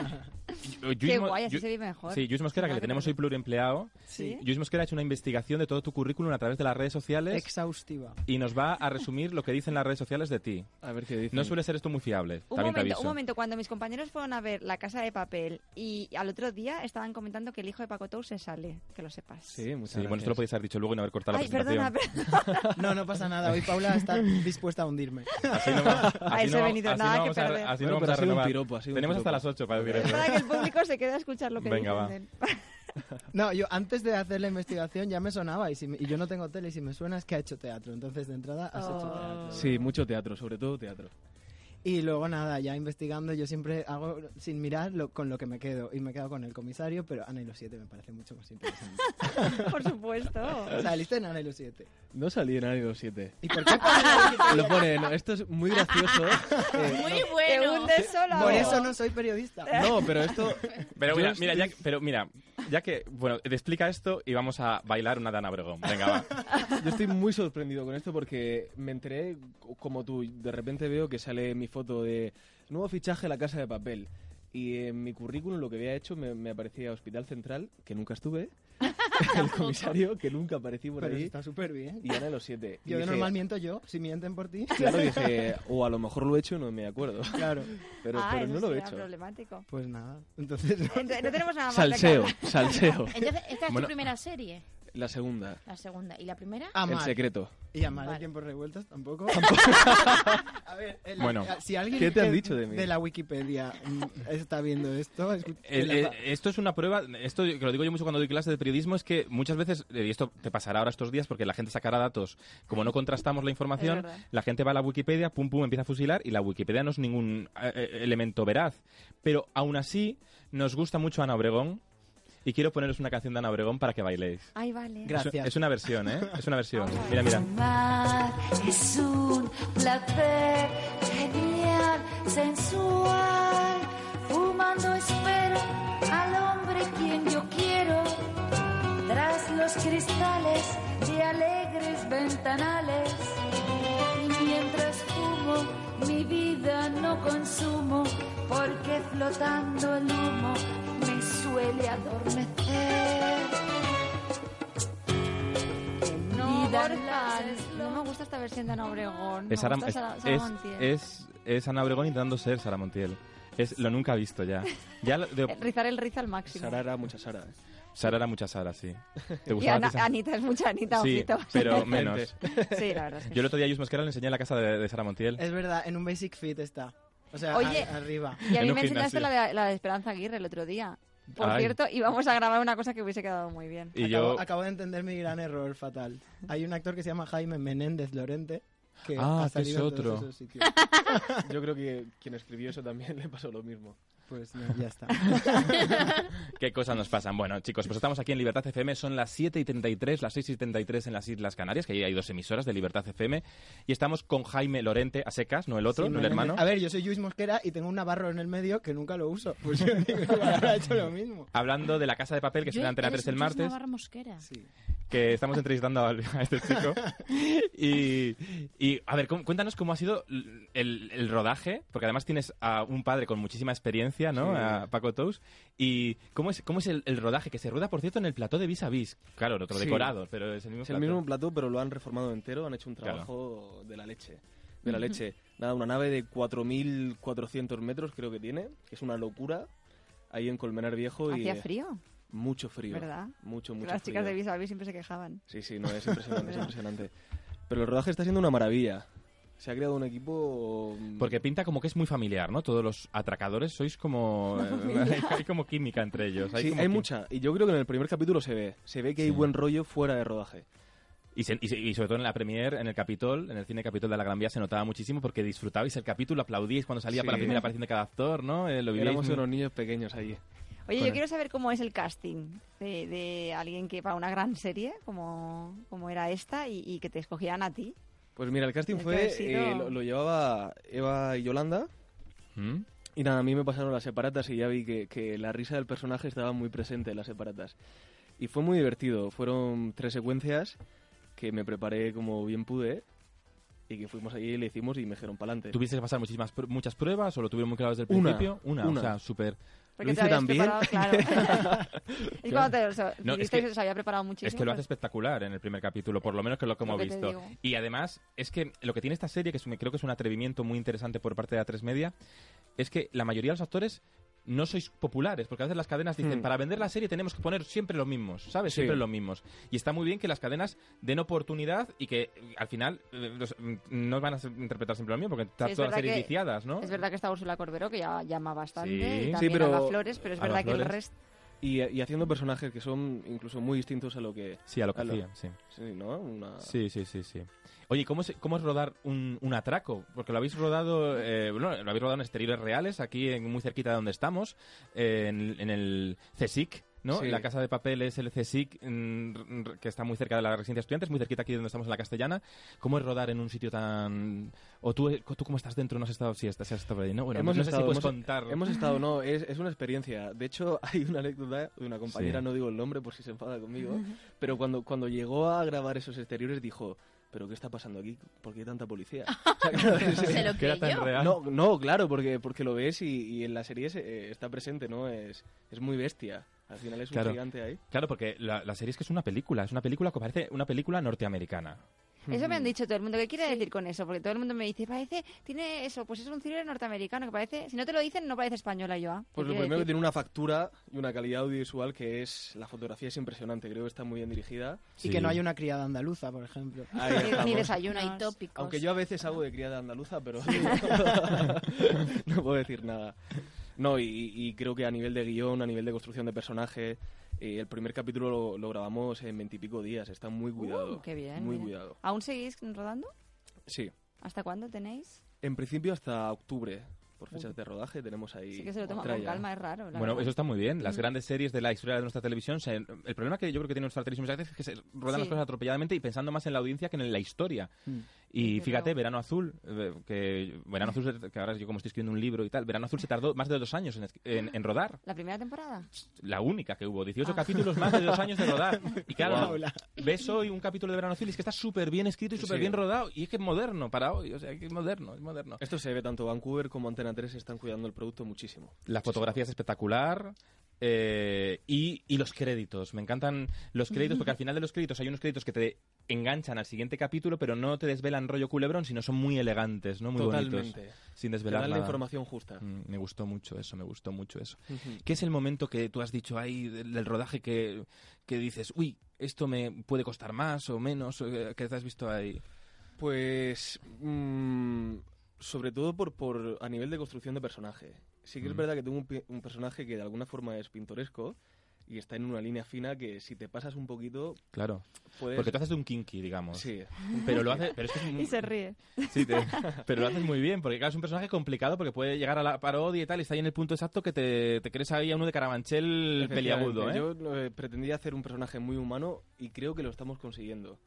Lluís
Qué
Mo-
guay, así
Llu-
se vive mejor.
Sí, Luis Mosquera, que le tenemos hoy pluriempleado.
Sí.
Lluís Mosquera ha hecho una investigación de todo tu currículum a través de las redes sociales.
Exhaustiva.
Y nos va a resumir lo que dicen las redes sociales de ti.
A ver qué dicen.
No suele ser esto muy fiable.
Un
también
momento,
te aviso.
un momento, cuando mis compañeros fueron a ver La Casa de Papel y al otro día estaban comentando que el hijo de Paco Tous se sale, que lo sepas.
Sí, muchas
Sí, bueno, esto lo podías haber dicho luego y no haber cortado
Ay,
la presentación.
perdona, perdona.
No, no pasa nada. Hoy Paula está dispuesta a hundirme.
A eso he venido,
así
nada
no
que
vamos a-
perder.
así no
Bueno,
vamos
pero
a
ha sido un
renovar.
piropo, ha sido un
Tenemos hasta
piropo.
las 8 para decir eso. ¿eh?
Para que el público se quede a escuchar lo que
Venga, va.
dicen.
No, yo antes de hacer la investigación ya me sonaba y, si me- y yo no tengo tele y si me suena es que ha hecho teatro. Entonces, de entrada, has
Oh.
hecho teatro.
Sí, mucho teatro, sobre todo teatro.
Y luego nada, ya investigando, yo siempre hago sin mirar lo- con lo que me quedo. Y me quedo con el comisario, pero Ana y los siete me parece mucho más interesante.
Por supuesto.
Saliste en Ana y los siete.
No salí en Ario 7.
¿Y por qué
Ah,
pasa?
Lo pone, no, esto es muy gracioso. eh,
Muy
Te
bueno.
hundes sola.
Por
vos.
eso no soy periodista.
no, pero esto...
Pero
yo
mira,
estoy-
mira, ya, pero mira, ya que, bueno, te explica esto y vamos a bailar una Dana Bregón. Venga, va.
Yo estoy muy sorprendido con esto porque me enteré, co- como tú, de repente veo que sale mi foto de nuevo fichaje La Casa de Papel. Y en mi currículum lo que había hecho me, me aparecía Hospital Central, que nunca estuve, el comisario, que nunca aparecí por
Pero eso
ahí,
está súper bien.
y ahora los siete. Y
Yo de
dije-
normal miento yo, si mienten por ti.
Claro, dije, o a lo mejor lo he hecho y no me acuerdo.
Claro.
Pero,
Ah,
pero
eso
no lo he
será
hecho.
problemático.
Pues nada. Entonces,
Entonces, no tenemos nada más de
Salseo,
cara.
salseo.
Ah, Entonces, esta es
Bueno.
tu primera serie.
La segunda.
La segunda. ¿Y la primera?
Amar. El secreto.
¿Y amar en tiempos revueltos tampoco? a ver, el-
Bueno,
si alguien
¿qué te han
que-
dicho de mí?
la Wikipedia mm, está viendo esto, escu-
El-
de la-
el- esto es una prueba, esto que lo digo yo mucho cuando doy clase de periodismo, es que muchas veces, eh, y esto te pasará ahora estos días porque la gente sacará datos, como no contrastamos la
Es
información,
verdad.
la gente va a la Wikipedia, pum pum, empieza a fusilar y la Wikipedia no es ningún eh, eh, elemento veraz. Pero aún así, nos gusta mucho Ana Obregón y quiero poneros una canción de Ana Obregón para que bailéis.
Ay, vale.
Es- Es, una versión, ¿eh? Es una versión.
Ah,
Mira, mira.
Amar es un placer genial, sensual. Fumando espero al hombre quien yo quiero. Tras los cristales de alegres ventanales. Y mientras fumo, mi vida no consumo. Porque flotando el humo me suele adormecer.
No,
Vida
Borja, no me gusta esta versión de Ana Obregón.
Es,
me
Sara-
gusta
es,
Sara- Sara
es,
Montiel.
es- es Ana Obregón intentando ser Sara Montiel. Es lo nunca visto ya. ya lo- de-
Eh, Rizar el rizo al máximo.
era mucha Sara.
Sara era mucha Sara, sí. ¿Te
y
gustaba a
Ana-
ti Sara?
Anita es mucha Anita,
Sí,
ojito.
pero menos.
Sí, la verdad es que
Yo el otro día a Yus Mosquera le enseñé la casa de, de Sara Montiel.
Es verdad, en un Basic Fit está. O sea,
Oye,
a- arriba.
Y a
En
mí
un
me enseñaste
gimnasio.
la de, la de Esperanza Aguirre el otro día. Por
Ay.
cierto, íbamos a grabar una cosa que hubiese quedado muy bien.
Y
acabo,
yo-
acabo de entender mi gran error fatal. Hay un actor que se llama Jaime Menéndez Lorente. Que ha
Ah, que es
salido en todos
otro.
esos sitios.
Yo creo que quien escribió eso también le pasó lo mismo.
Pues no, ya está.
¿Qué cosas nos pasan? Bueno, chicos, pues estamos aquí en Libertad FM, son las 7 y 33, las 6 y 33 en las Islas Canarias, que ahí hay dos emisoras de Libertad FM, y estamos con Jaime Lorente a secas, no el otro,
Sí,
no el
Menéndez-
hermano.
A ver, yo soy Luis Mosquera y tengo un navarro en el medio que nunca lo uso. Pues yo digo, ahora he hecho lo mismo.
Hablando de la Casa de Papel, que
Yo-
se en Antena
eres
3 el
Luis
martes,
Navarro Mosquera.
que estamos entrevistando al- a, este chico. Y, y, a ver, cu- cuéntanos cómo ha sido l- el, el rodaje, porque además tienes a un padre con muchísima experiencia, ¿no?
Sí.
A Paco Tous. ¿Y cómo es, cómo es el, el rodaje? Que se rueda, por cierto, en el plató de Vis a Vis. Claro, el otro
Sí.
decorado, pero es el mismo
Es el
plató.
mismo plató, pero lo han reformado entero, han hecho un
Claro.
trabajo de la leche. De la leche. Nada, una nave de 4.400 metros creo que tiene, que es una locura, ahí en Colmenar Viejo. y,
Hacía
eh,
frío,
Mucho frío.
¿verdad?
Mucho, mucho
Las chicas
frío.
de Vis a Vis siempre se quejaban.
Sí, sí, no, es impresionante, es
¿Verdad?
impresionante. Pero el rodaje está siendo una maravilla. Se ha creado un equipo... mm,
Porque pinta como que es muy familiar, ¿no? Todos los atracadores sois como... eh, hay como química entre ellos.
sí,
como
hay
quim-
mucha. Y yo creo que en el primer capítulo se ve. Se ve que hay
Sí.
buen rollo fuera de rodaje.
Y, se- y se- y sobre todo en la premier, en el Capitol, en el cine Capitol de la Gran Vía se notaba muchísimo porque disfrutabais el capítulo, aplaudíais cuando salía
Sí.
para la primera aparición de cada actor, ¿no? Eh, lo vivíais
Éramos
muy-
unos niños pequeños allí.
Oye,
Con
yo
el-
quiero saber cómo es el casting de, de alguien que para una gran serie como, como era esta y, y que te escogieran a ti.
Pues mira, el casting
Tiene que
fue...
haber sido-
eh, lo, lo llevaba Eva y Yolanda.
¿Mm?
Y nada, a mí me pasaron las separatas y ya vi que, que la risa del personaje estaba muy presente en las separatas. Y fue muy divertido. Fueron tres secuencias que me preparé como bien pude y que fuimos allí y le hicimos y me dijeron pa'lante.
¿Tuvisteis que pasar muchísimas pr- muchas pruebas o lo tuvieron muy claro desde el
Una,
principio? Una,
una.
o sea, súper...
Porque te habías preparado, claro. y cuando te, o sea,
No, es
disteis,
que-
os había preparado muchísimo.
Es que lo hace
pues-
espectacular en el primer capítulo, por lo menos que lo que
Lo
hemos
que te
visto.
digo.
Y además, es que lo que tiene esta serie, que es un- creo que es un atrevimiento muy interesante por parte de A3 Media, es que la mayoría de los actores no sois populares, porque a veces las cadenas dicen,
Hmm.
para vender la serie tenemos que poner siempre los mismos, ¿sabes?
Sí.
Siempre los mismos. Y está muy bien que las cadenas den oportunidad y que eh, al final eh, los- mm, no van a ser- interpretar siempre lo mismo, porque están
Sí, es
todas
verdad
las series
que-
viciadas, ¿no?
Es verdad que está Úrsula Corberó, que ya llama bastante,
Sí.
y también
Sí, pero-
Alba Flores, pero es
Alba
verdad que el
Flores.
resto...
Y, y haciendo personajes que son incluso muy distintos a lo que...
Sí, a lo que hacían, sí.
Sí, ¿no? Una-
Sí, sí, sí, sí. Oye, ¿cómo es, cómo es rodar un, un atraco? Porque lo habéis rodado, eh, bueno, lo habéis rodado en exteriores reales, aquí en, muy cerquita de donde estamos, eh, en, en el CSIC, ¿no?
Sí.
La Casa de Papel es el CSIC, mm, r- que está muy cerca de la Residencia de Estudiantes, muy cerquita aquí donde estamos en la Castellana. ¿Cómo es rodar en un sitio tan...? ¿O tú, eh, tú cómo estás dentro? ¿No has estado, si estás, si has estado por ahí, no? Bueno, pues no sé si puedes
hemos-
contar.
Hemos estado, no, es, es una experiencia. De hecho, hay una anécdota de una compañera,
Sí.
no digo el nombre por si se enfada conmigo, pero cuando, cuando llegó a grabar esos exteriores dijo, ¿pero qué está pasando aquí? ¿Por qué hay tanta policía? O sea, claro, es-
Se lo Que era tan creyó. real.
No, no, claro, porque, porque lo ves y, y en la serie se- eh, está presente, ¿no? Es, es muy bestia. Al final es un gigante ahí.
Claro, porque la, la serie es que es una película, es una película que parece una película norteamericana.
Eso me han dicho todo el mundo. ¿Qué quiere decir con eso? Porque todo el mundo me dice, parece, tiene eso, pues es un thriller norteamericano que parece, si no te lo dicen, no parece española yo. ah. ¿Qué
Pues lo
quiere
primero que
decir?
tiene una factura y una calidad audiovisual que es. La fotografía es impresionante, creo que está muy bien dirigida.
Y que no hay una criada andaluza, por ejemplo.
Ahí estamos.
hay tópicos.
Aunque yo a veces hago de criada andaluza, pero no puedo decir nada. No, y, y creo que a nivel de guión, a nivel de construcción de personaje, eh, el primer capítulo lo, lo grabamos en veintipico días. Está muy cuidado.
Uh, qué bien.
Muy
mira.
cuidado.
¿Aún seguís rodando?
Sí.
¿Hasta cuándo tenéis?
En principio hasta octubre, por fechas
Uy.
de rodaje, tenemos ahí.
Uh. Sí que se lo toma
otra
con
ya.
calma, es raro. la
Bueno,
verdad.
eso está muy bien. Las
Mm.
grandes series de la historia de nuestra televisión, se- el problema que yo creo que tiene nuestra televisión muchas veces es que se ruedan las
Sí.
cosas atropelladamente y pensando más en la audiencia que en la historia.
Mm.
Y
Desde
fíjate,
luego.
Verano Azul, eh, que Verano Azul, se- que ahora yo como estoy escribiendo un libro y tal, Verano Azul se tardó más de dos años en, en- en rodar.
¿La primera temporada?
La única que hubo, 18
Ah.
capítulos más de dos años de rodar. Y claro,
Guau.
ves hoy un capítulo de Verano Azul y es que está súper bien escrito y súper
Sí.
bien rodado. Y es que es moderno para hoy, o sea, que es moderno, es moderno.
Esto se ve tanto Vancouver como Antena 3 están cuidando el producto muchísimo.
La fotografía es espectacular. eh, y, y los créditos. Me encantan los créditos porque al final de los créditos hay unos créditos que te enganchan al siguiente capítulo, pero no te desvelan rollo culebrón, sino son muy elegantes, ¿no? Muy
Totalmente.
bonitos. Sin
Te
desvelar
dan la
nada.
información justa.
Mm, Me gustó mucho eso, me gustó mucho eso.
Ujú.
¿Qué es el momento que tú has dicho ahí del, del rodaje que, que dices, uy, esto me puede costar más o menos? o, eh, que te has visto ahí?
Pues mm, sobre todo por, por a nivel de construcción de personaje. Sí que es
Mm.
verdad que tengo un, pi- un personaje que de alguna forma es pintoresco y está en una línea fina que si te pasas un poquito
Claro.
puedes...
Porque tú haces de un kinky, digamos.
pues Sí.
Pero lo hace, pero es que es
Y
muy-
se ríe.
Sí, te- pero lo haces muy bien, porque claro, es un personaje complicado porque puede llegar a la parodia y tal, y está ahí en el punto exacto que te, te crees ahí a uno de Carabanchel peliagudo, ¿eh?
Yo eh, pretendía hacer un personaje muy humano y creo que lo estamos consiguiendo.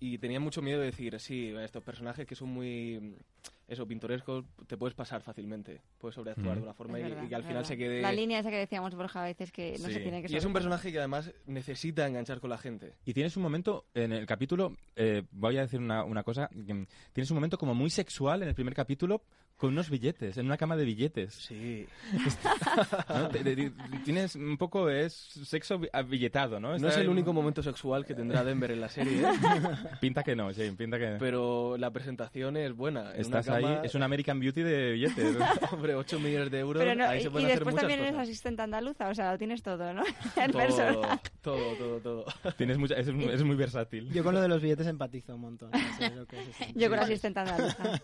Y tenía mucho miedo de decir, sí, estos personajes que son muy, mm, eso, pintorescos, te puedes pasar fácilmente. Puedes sobreactuar
Mm.
de una forma
Es
y,
verdad,
y que al
es
final
verdad.
se quede...
La línea esa que decíamos, Borja, a veces que no
Sí.
se tiene que
Y es un
sobre-
personaje que además necesita enganchar con la gente.
Y tienes un momento en el capítulo, eh, voy a decir una, una cosa, que, mm, tienes un momento como muy sexual en el primer capítulo con unos billetes, en una cama de billetes.
Sí.
¿no? Te- te- te- tienes un poco, es sexo bi- ah, billetado, ¿no?
No
Está
es el
en-
único momento sexual que tendrá Denver en la serie, ¿eh?
Pinta que no, sí, pinta que
pero la presentación es buena. En
Estás
una cama,
ahí, es un American Beauty de billetes.
Hombre, 8 millones de euros,
Pero no,
ahí
y
se pueden hacer
después
muchas
también eres
cosas.
asistente andaluza, o sea, lo tienes todo, ¿no? El
Todo,
personaje.
todo, todo, todo.
tienes mucha, es, es muy versátil.
Yo con lo de los billetes empatizo un montón. no sé lo que es
Yo
ese
con la
sentido.
asistente andaluza.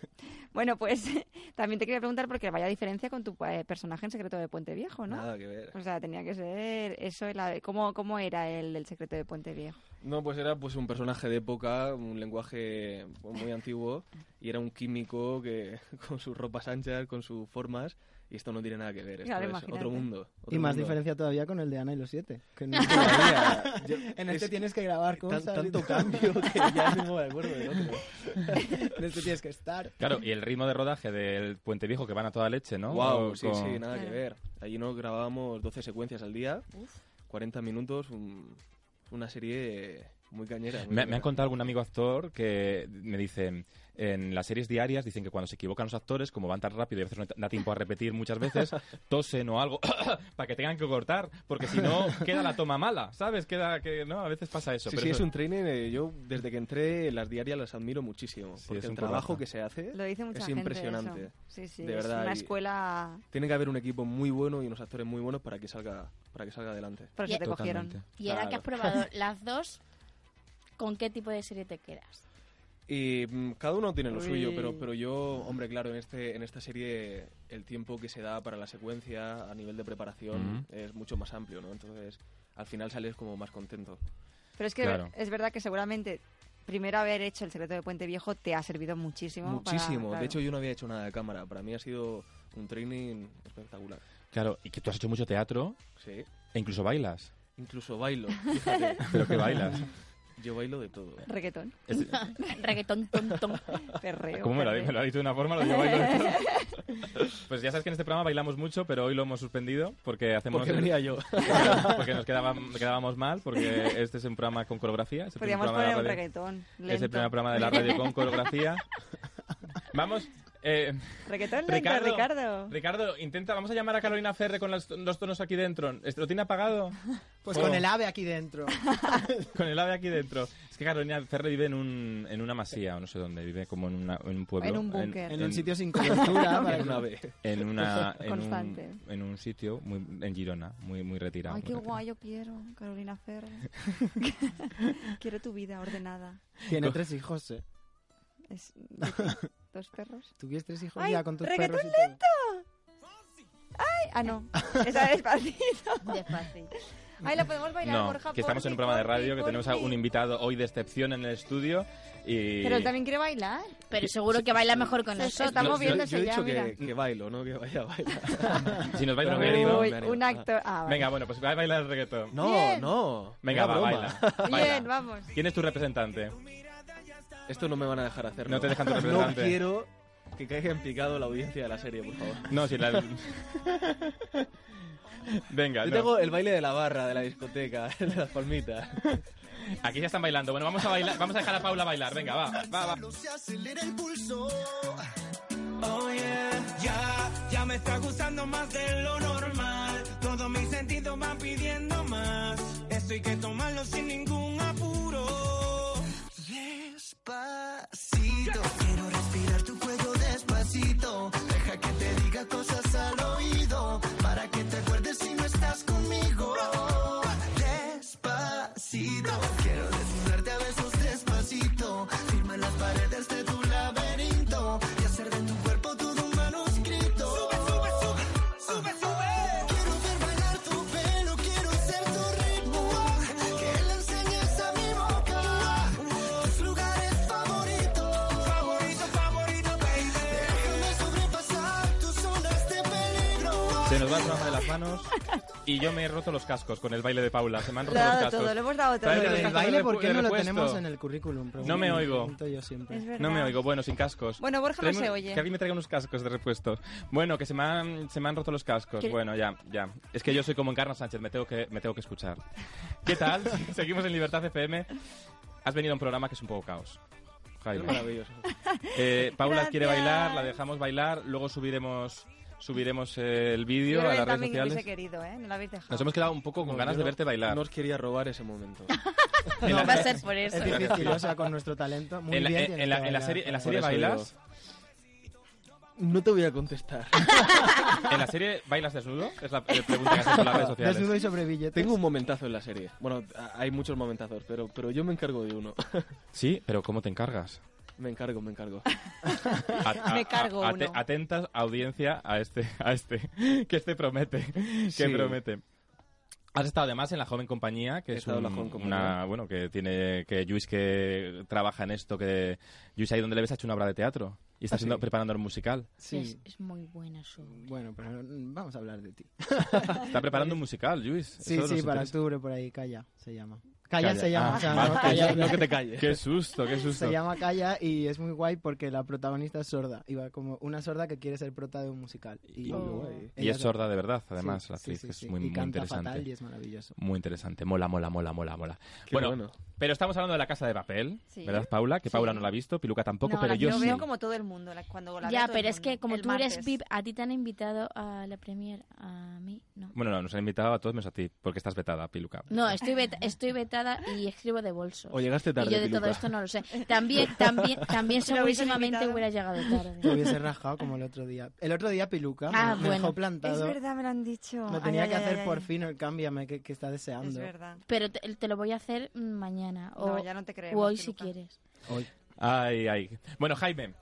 Bueno, pues también te quería preguntar porque vaya diferencia con tu eh, personaje en Secreto de Puente Viejo, ¿no?
Nada que ver.
O sea, tenía que ser eso, la- ¿cómo, cómo era el del secreto de Puente Viejo?
No, pues era pues un personaje de época, un lenguaje pues, muy antiguo, y era un químico que con sus ropas anchas, con sus formas, y esto no tiene nada que ver, esto
Claro,
es
imagínate.
otro mundo.
Y
otro
más
mundo.
diferencia todavía con el de Ana y los siete. que no-
Todavía, yo-
en este
es
tienes que grabar
tan-
cosas. y
tanto
todo.
cambio que ya no me acuerdo del otro.
en este tienes que estar.
Claro, y el ritmo de rodaje del Puente Viejo que van a toda leche, ¿no?
Wow,
O
sí,
con-
sí, nada que
Claro.
ver. Allí nos grabábamos 12 secuencias al día, 40 minutos, un- una serie muy cañera. muy
Me, me
cañera.
han contado algún amigo actor que me dice, en las series diarias dicen que cuando se equivocan los actores, como van tan rápido y a veces no da tiempo a repetir muchas veces, tosen o algo para que tengan que cortar, porque si no queda la toma mala, ¿sabes? Queda que no, a veces pasa eso.
Sí,
pero
sí,
eso-
es un training. eh, yo desde que entré las diarias las admiro muchísimo.
Sí,
porque
es
el
un
trabajo
currazo.
que se hace
Lo dice mucha
es
gente.
impresionante.
eso. Sí, sí,
De
es
verdad,
una
y-
escuela...
Tiene que haber un equipo muy bueno y unos actores muy buenos para que salga, para que salga adelante.
Por eso
Y-
te cogieron.
Totalmente.
Y ahora que
Claro.
has probado las dos, ¿con qué tipo de serie te quedas?
Y mm, cada uno tiene lo
Uy.
suyo, pero, pero yo, hombre, claro, en, este, en esta serie el tiempo que se da para la secuencia a nivel de preparación es mucho más amplio, ¿no? Entonces, al final sales como más contento.
Pero es que
Claro.
es verdad que seguramente primero haber hecho el secreto de Puente Viejo te ha servido muchísimo. para-
Muchísimo.
claro.
De hecho, yo no había hecho nada de cámara. Para mí ha sido un training espectacular.
Claro, y que tú has hecho mucho teatro
Sí.
e incluso bailas.
Incluso bailo. Fíjate.
Pero que bailas.
Yo bailo de todo.
Reggaetón,
Es-
Reggaetón, ton, ton.
perreo.
¿Cómo me lo, ha-
perreo.
me lo ha dicho de una forma? Lo digo bailando. pues ya sabes que en este programa bailamos mucho, pero hoy lo hemos suspendido porque hacemos...
Porque venía yo.
porque nos quedábamos, quedábamos mal, porque este es un programa con coreografía. Es el primer
Podríamos
programa de
poner
la
un
radio-
reggaetón.
Es el
lento.
primer programa de la radio con coreografía. Vamos, Eh,
Reggaetón lento, Ricardo.
Ricardo, intenta, vamos a llamar a Carolina Ferre con los, los tonos aquí dentro. ¿Lo tiene apagado?
Pues
Oh,
con el ave aquí dentro.
Con el ave aquí dentro. Es que Carolina Ferre vive en, un, en una masía o no sé dónde, vive como en, una- en un pueblo.
En un búnker. En un sitio sin cobertura, para
en
que-
una ave. En, una, en,
Constante.
un, en un sitio muy, en Girona, muy, muy retirado.
Ay, qué
muy
guay, yo quiero, Carolina Ferro. quiero tu vida ordenada.
Tiene tres hijos, ¿eh?
Es- ¿de qué? ¿Dos perros?
¿Tuviste tres hijos
¡Ay,
ya con tus
reggaetón
perros? y todo?
lento! ¡Ay! Ah, no. Esa es despacito. Despacito. Ay, la podemos bailar,
no,
Borja.
que estamos en
porfi,
un programa de radio, que
porfi,
tenemos a
porfi.
un invitado hoy de excepción en el estudio y...
Pero él también quiere bailar. Pero seguro
que baila mejor con
Se
nosotros.
está
No, yo-
moviéndose
Yo he
ya,
dicho
mira.
que, que bailo, ¿no? Que vaya a bailar.
Si nos
Pero
baila un
me animo,
reggaetón.
me animo.
Un acto... Ah, vale.
Venga, bueno, pues va a bailar el reggaetón.
No, Bien. no.
Venga,
Era
va,
broma.
baila.
Bien,
baila.
vamos.
¿Quién es tu representante?
Esto no me van a dejar hacerlo.
No te dejan tu
No
representante.
quiero que caiga en picado la audiencia de la serie, por favor.
No, si la- Venga,
Yo
no.
tengo el baile de la barra, de la discoteca, de las palmitas.
Aquí ya están bailando. Bueno, vamos a bailar, vamos a dejar a Paula bailar. Venga, va, va, va.
Se acelera el pulso. Oh yeah, ya, ya me está gustando más de lo normal. Todos mis sentidos van pidiendo más. Esto hay que tomarlo sin ningún apuro. Despacito, quiero respirar tu cuello despacito. Deja que te diga cosas al oído. Para que te acuerdes si no estás conmigo. Despacito, quiero desnudarte a besos despacito. Firma las paredes de tu laberinto y hacer de tu cuerpo todo un manuscrito. Sube, sube, sube, sube, sube. Quiero ver bailar tu pelo, quiero ser tu ritmo. Que le enseñes a mi boca tus lugares favoritos. Favorito, favorito, baby. Déjame sobrepasar tus zonas de peligro.
Se nos va el programa de las manos y yo me he roto los cascos con el baile de Paula. Se me han roto
Lo ha
los
dado
cascos.
todo, lo hemos dado todo.
Traedme
Lo
los
del
cascos
baile,
de
¿por
repu-
qué
de
no lo
repuesto.
tenemos en el currículum? Pregunto-
No me oigo.
pregunto yo siempre.
Es verdad.
No me oigo, bueno, sin cascos.
Bueno, Borja no
Tráeme-
se oye.
Que alguien me traiga unos cascos de repuestos. Bueno, que se me han, se me han roto los cascos.
¿Qué?
Bueno, ya, ya. Es que yo soy como Encarna Sánchez, me tengo que, me tengo que escuchar. ¿Qué tal? Seguimos en Libertad FM. Has venido a un programa que es un poco caos. Jaime.
Es maravilloso.
Eh, Paula
Gracias.
quiere bailar, la dejamos bailar, luego subiremos subiremos eh, el
Yo
vídeo a
creo que
las redes
también hubiese
sociales.
querido, ¿eh? No lo habéis dejado.
Nos hemos quedado un poco con
No,
ganas
yo
de
no-
verte bailar.
No os quería robar ese momento.
En la-
No,
Va
es-
a ser por eso.
Es difícil, o sea, con nuestro talento. Muy
en la,
bien.
en-
tienes
Eh, en la-
que
en la
bailar.
serie, en la serie
Por eso
bailas,
No te voy a contestar.
en la serie bailas desnudo, es la eh, pregunta que has hecho en las redes sociales.
Desnudo y sobre billetes.
Tengo un momentazo en la serie. Bueno, a- hay muchos momentazos, pero, pero yo me encargo de uno.
Sí, pero ¿cómo te encargas?
Me encargo, me encargo.
A- a-
Me cargo
a- ate-
uno.
Atentas audiencia a este, a este, que este promete, que
Sí.
promete. Has estado además en la joven compañía, que
He
es
estado en La
un-
Joven Compañía.
una, bueno, que tiene, que Luis que trabaja en esto, que Luis ahí donde le ves ha hecho una obra de teatro y está
Ah, sí.
haciendo- preparando el musical.
Sí.
Es, es muy buena su
Bueno, pero mm, vamos a hablar de ti.
Está preparando un musical, Luis.
Sí,
Eso nos
sí, para
interesa.
octubre por ahí, Calla, se llama. Calla, se llama,
Ah,
o sea,
vale.
no, Calla.
Qué susto, qué susto.
Se llama Calla y es muy guay porque la protagonista es sorda. Y va como una sorda que quiere ser prota de un musical. Y,
Oh. Y
ella
es sorda
canta.
de verdad, además,
Sí,
la actriz,
sí,
que es
sí,
muy,
y
muy
canta
interesante.
fatal y es maravilloso.
Muy interesante. Mola, mola, mola, mola, mola.
Qué
Bueno,
bueno.
pero estamos hablando de la casa de papel,
Sí.
¿verdad, Paula? Que
Sí.
Paula no la ha visto, Piluca tampoco,
No,
pero
la-
yo sí.
veo como todo el mundo. la- cuando la veo
Ya,
todo el
pero es que
mundo.
como
El
tú eres
martes.
VIP, a ti te han invitado a la premier, a mí no.
Bueno, no, nos han invitado a todos menos a ti, porque estás vetada, Piluca.
No, estoy, vet- estoy vetada y escribo de bolso.
O llegaste tarde,
Y yo de
Piluca.
todo esto no lo sé. También, también, también
Lo hubiesen
segurísimamente
invitado.
hubiera llegado tarde.
Me hubiese rajado como el otro día. El otro día Piluca
Ah,
me
bueno.
dejó plantado.
Es verdad, me lo han dicho.
Me
Ay,
tenía
ay,
que
ay,
hacer
ay,
por
ay.
fin el cámbiame que, que está deseando.
Es verdad.
Pero te, te lo voy a hacer mm, mañana. O,
No, ya no te creemos,
o hoy si
Piluca.
quieres.
Ay, ay. Bueno, Jaime,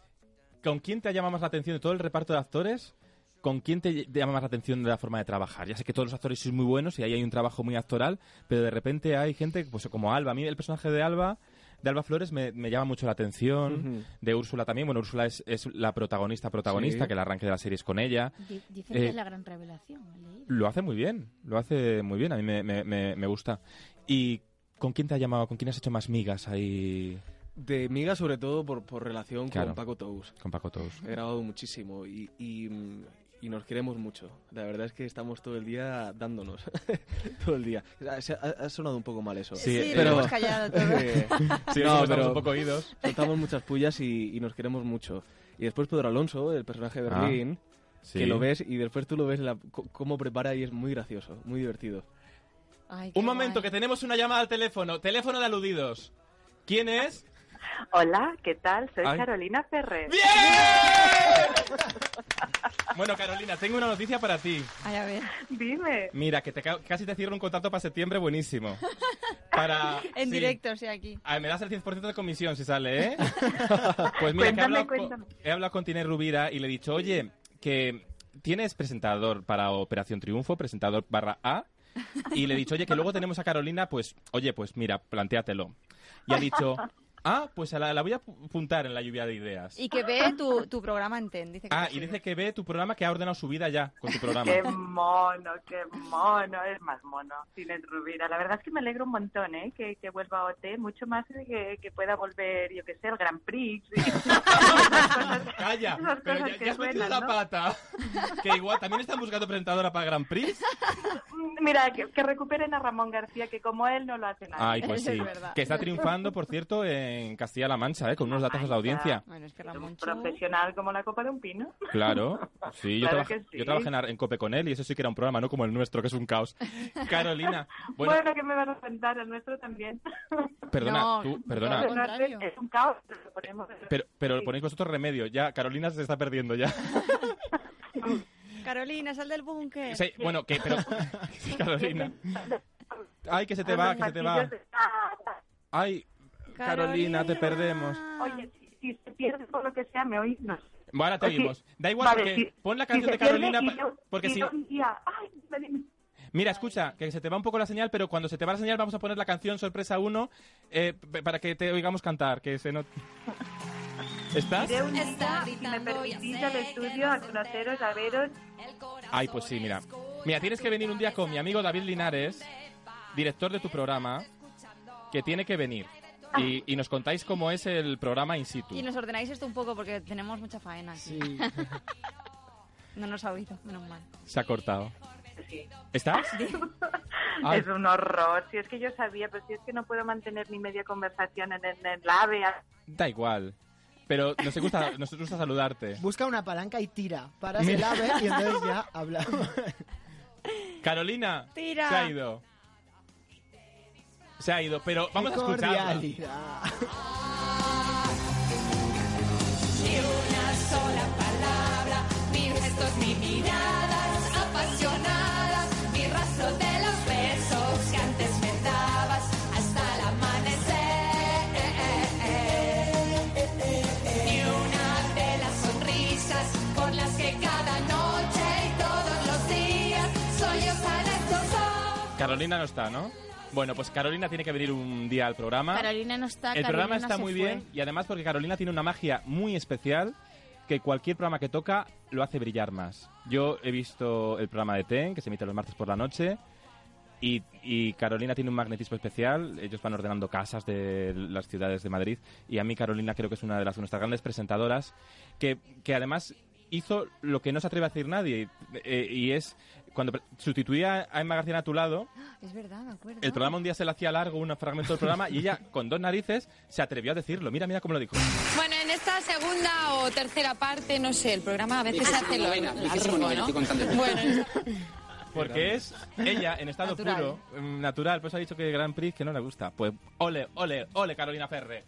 ¿con quién te llama más la atención de todo el reparto de actores? ¿Con quién te ll- te llama más la atención de la forma de trabajar? Ya sé que todos los actores son muy buenos y ahí hay un trabajo muy actoral, pero de repente hay gente pues, como Alba. A mí el personaje de Alba, de Alba Flores, me, me llama mucho la atención.
Ujú.
De Úrsula también. Bueno, Úrsula es, es la protagonista, protagonista,
Sí.
que el arranque de la serie es con ella.
Di- Dicen
Eh,
que es la gran revelación. he leído.
Lo hace muy bien, lo hace muy bien, a mí me, me- me- me gusta. ¿Y con quién te ha llamado, con quién has hecho más migas ahí
De miga, sobre todo por, por relación
Claro.
con Paco Tous.
con Paco Tous?
He grabado muchísimo y, y, mm, y y nos queremos mucho. La verdad es que estamos todo el día dándonos. todo el día. Ha, se- ha- ha sonado un poco mal eso. Eh,
Sí, Sí, lo pero- hemos callado todo. Sí,
no,
estamos
pero
un poco oídos.
Soltamos muchas pullas y, y nos queremos mucho. Y después Pedro Alonso, el personaje de
Ah,
Berlín,
sí.
que lo ves y después tú lo ves la- co- cómo prepara y es muy gracioso, muy divertido.
Un momento, que tenemos una llamada al teléfono. Teléfono de aludidos. ¿Quién es?
Hola, ¿qué tal? Soy
Ay.
Carolina Ferrer.
Bueno, Carolina, tengo una noticia para ti.
a ver. Dime.
Mira, que te ca- casi te cierro un contrato para septiembre buenísimo. Para...
En
sí.
directo, sí, aquí.
Ah, me das el 100% de comisión si sale, ¿eh? pues mira, que he
Cuéntame,
hablado,
cuéntame.
con, he hablado con Tine Rubira y le he dicho, oye, que tienes presentador para Operación Triunfo, presentador barra A, y le he dicho, oye, que luego tenemos a Carolina, pues, oye, pues mira, plantéatelo. Y ha dicho, ah, pues a la, la voy a ap- apuntar en la lluvia de ideas.
Y que ve tu, tu programa en TEN. Dice que
Ah,
te
y
sigue.
dice que ve tu programa que ha ordenado su vida ya con tu programa.
Qué mono, qué mono, es más mono, Silen Rubira. La verdad es que me alegro un montón, ¿eh? Que, que vuelva a OT, mucho más de que, que pueda volver, yo que sé, el Grand Prix. y esas cosas-
Calla,
esas
pero
cosas
ya,
que
ya has metido
suenan,
la
¿no?
pata. Que igual, ¿también están buscando presentadora para Grand Prix?
Mira, que, que recuperen a Ramón García, que como él no lo hace nadie.
Ay, pues
Eso es
sí.
verdad.
Que está triunfando, por cierto, en Castilla-La Mancha, ¿eh? con unos datazos de audiencia.
Ah, Bueno, es que Ramón profesional como la copa de un pino.
Claro, sí, yo,
Claro
trabaj-
que sí.
yo trabajé en, Ar- en Cope con él y eso sí que era un programa, no como el nuestro, que es un caos. Carolina, bueno,
Bueno, que me van a contar, el nuestro también.
perdona, tú, perdona,
Es un caos, lo ponemos.
pero, pero ponéis vosotros remedio, ya, Carolina se está perdiendo ya.
Carolina, sal del búnker.
Sí, bueno, que, pero, Carolina. Ay, que se te va, que se te va. Ay, Carolina, te perdemos.
Oye, si, si se pierde por lo que sea, me oís, no sé.
Ahora te
Oye,
oímos. Da igual,
vale,
porque
si-
Eh, pon la
si
canción
se
de Carolina,
pierde y
pa-
yo-
porque
y
si
yo
no...
un día, ay, me di-
Mira, escucha, que se te va un poco la señal, pero cuando se te va la señal vamos a poner la canción Sorpresa 1 eh, p- para que te oigamos cantar, que se no... ¿Estás?
iré un día, si me permitís, al estudio a conoceros, a veros.
Ay, pues sí, mira. Mira, tienes que venir un día con mi amigo David Linares, director de tu programa, que tiene que venir. Y, y nos contáis cómo es el programa in situ.
Y nos ordenáis esto un poco porque tenemos mucha faena aquí. no nos ha oído, menos mal.
Se ha cortado. ¿Estás? Ay.
Es un horror. Si es que yo sabía, pero si es que no puedo mantener ni media conversación en, el en la AVE.
Da igual. Pero nos gusta, nos gusta saludarte.
Busca una palanca y tira. Paras
Mira.
el ave y entonces ya hablamos.
Carolina,
Tira.
se ha ido. Se ha ido, pero vamos a escucharla.
Cordialidad.
Ni una sola palabra, ni gestos ni miradas apasionadas, ni rastro de los besos que antes me dabas hasta el amanecer. Ni una de las sonrisas con las que cada noche y todos los días soy yo para estos ojos.
Carolina no está, ¿no? Bueno, pues Carolina tiene que venir un día al programa.
Carolina no está.
ah, El programa
Carolina
está
se
muy
fue.
bien y además porque Carolina tiene una magia muy especial que cualquier programa que toca lo hace brillar más. Yo he visto el programa de TEN que se emite los martes por la noche y, y Carolina tiene un magnetismo especial. Ellos van ordenando casas de las ciudades de Madrid y a mí Carolina creo que es una de las nuestras grandes presentadoras que, que además hizo lo que no se atreve a decir nadie eh, y es cuando pre- sustituía a Emma García a tu lado
Es verdad, me acuerdo.
el programa un día se le hacía largo, un fragmento del programa, y ella, con dos narices, se atrevió a decirlo. Mira, mira cómo lo dijo.
Bueno, en esta segunda o tercera parte, no sé, el programa a veces
Vigésimo
hace lo
novena,
largo,
vigésimo novena,
¿no?
estoy contando.
Bueno,
Porque es ella, en estado
Natural.
puro, mm, natural. Pues ha dicho que Grand Prix que no le gusta. Pues ole, ole, ole, Carolina Ferre.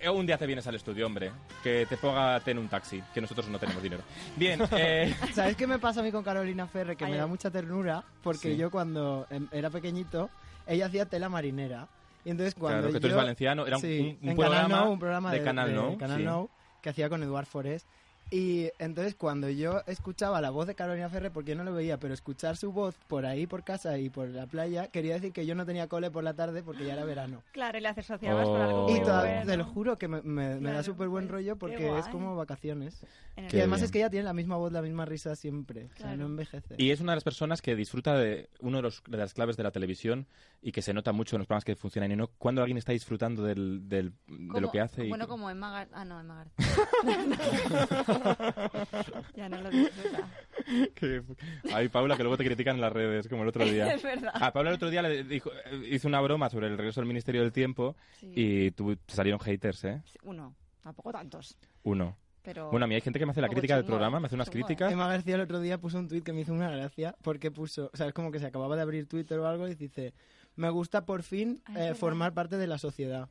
Eh, Un día te vienes al estudio, hombre. Que te ponga en un taxi, que nosotros no tenemos dinero. Bien, eh,
¿Sabes qué me pasa a mí con Carolina Ferre? Que
Ay,
me da
ay.
mucha ternura porque
Sí.
yo cuando em, era pequeñito, ella hacía tela marinera. Y entonces cuando
Claro, que tú eres
yo-
valenciano, era un-
Sí,
un- un
en
programa
Canal Now, un programa
de
de,
Canal
de
Now, sí.
Now, que hacía con Eduard Forés. Y entonces cuando yo escuchaba la voz de Carolina Ferre, porque yo no lo veía, pero escuchar su voz por ahí, por casa y por la playa, quería decir que yo no tenía cole por la tarde porque
Ah,
ya era verano.
Claro, y le asociabas
Oh,
con algo
Y
muy
todavía,
bueno.
te lo juro que me, me- me da súper buen rollo porque es
pues, guay.
como vacaciones.
En el
Y además
Qué
es que ella tiene la misma voz, la misma risa siempre. O sea, no envejece.
y es una de las personas que disfruta de uno de, los- de las claves de la televisión y que se nota mucho en los programas que funcionan y no cuando alguien está disfrutando del, del- de
Como-
lo que hace. y-
Bueno, como Emma Gar- Ah, no, Emma Gar- Ya no lo disfruta.
Que- Ay, Paula, que luego te critican en las redes, como el otro día.
Es verdad.
A Paula el otro día le dijo, eh, hizo una broma sobre el regreso del Ministerio del Tiempo
Sí.
y tu- salieron haters, ¿eh?
Uno, tampoco tantos.
Uno.
Pero-
Bueno, a mí hay gente que me hace la
Poco
crítica del
chungo,
programa, me hace unas
chungo, ¿eh?
críticas.
Emma García el otro día puso un tuit que me hizo una gracia porque puso, o sea, es como que se acababa de abrir Twitter o algo y dice, me gusta por fin eh, formar parte de la sociedad.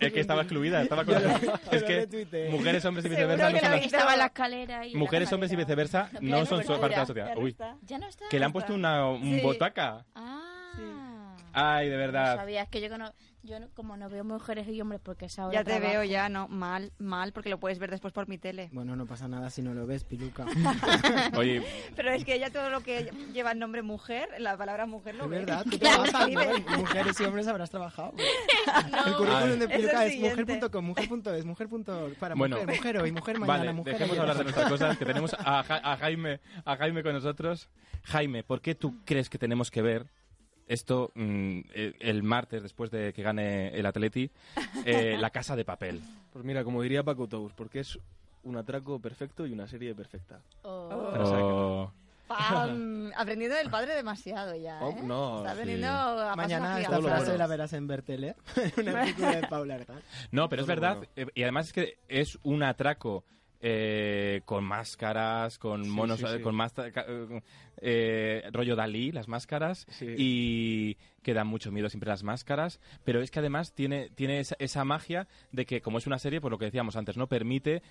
Es que estaba excluida, estaba con...
Yo lo-
es
yo lo
que
retuiteé.
mujeres, hombres y
Seguro
viceversa no
que
son
lo
las-
vi.
Estaba la escalera y... la
Mujeres,
camarera.
hombres y viceversa no son so- parte de la sociedad. Uy,
Ya no está.
que le han puesto una un
Sí.
botaca. Ay, de
No
verdad.
sabía, es que yo, cono- yo no- como no veo mujeres y hombres porque es ahora
Ya te
trabajo.
veo ya, no, mal, mal, porque lo puedes ver después por mi tele.
Bueno, no pasa nada si no lo ves, Piluca.
Oye,
Pero es que ya todo lo que lleva el nombre mujer, la palabra mujer lo
es
ves.
verdad, tú
Ya lo
trabajas, ¿no?
escribes.
En ¿eh? Mujeres y hombres habrás trabajado. El currículum de
Es
el
Piluca es,
siguiente.
mujer.com, mujer.es, mujer. punto- para
Bueno.
mujer, mujer hoy, mujer mañana,
vale,
mujer
dejemos
ayer.
hablar de nuestras cosas, que tenemos a, Ja- a Jaime, a Jaime con nosotros. Jaime, ¿por qué tú crees que tenemos que ver esto mm, eh, el martes después de que gane el Atleti, eh, la casa de papel?
Pues mira, como diría Paco Tous, porque es un atraco perfecto y una serie perfecta.
Oh.
Para sacar.
Oh.
Pam, aprendiendo del padre demasiado ya,
Oh,
¿eh?
no,
Está
sí.
veniendo a
Mañana
pasos
esta
agigantados.
frase la verás en Bertele, una película de Paula Argan.
No, pero es verdad, eh, y además es que es un atraco eh, con máscaras, con
Sí,
monos,
sí,
eh,
sí.
con más rollo Dalí, las máscaras, y que dan mucho miedo siempre las máscaras, pero es que además tiene, tiene esa, esa magia de que, como es una serie, por lo que decíamos antes, no permite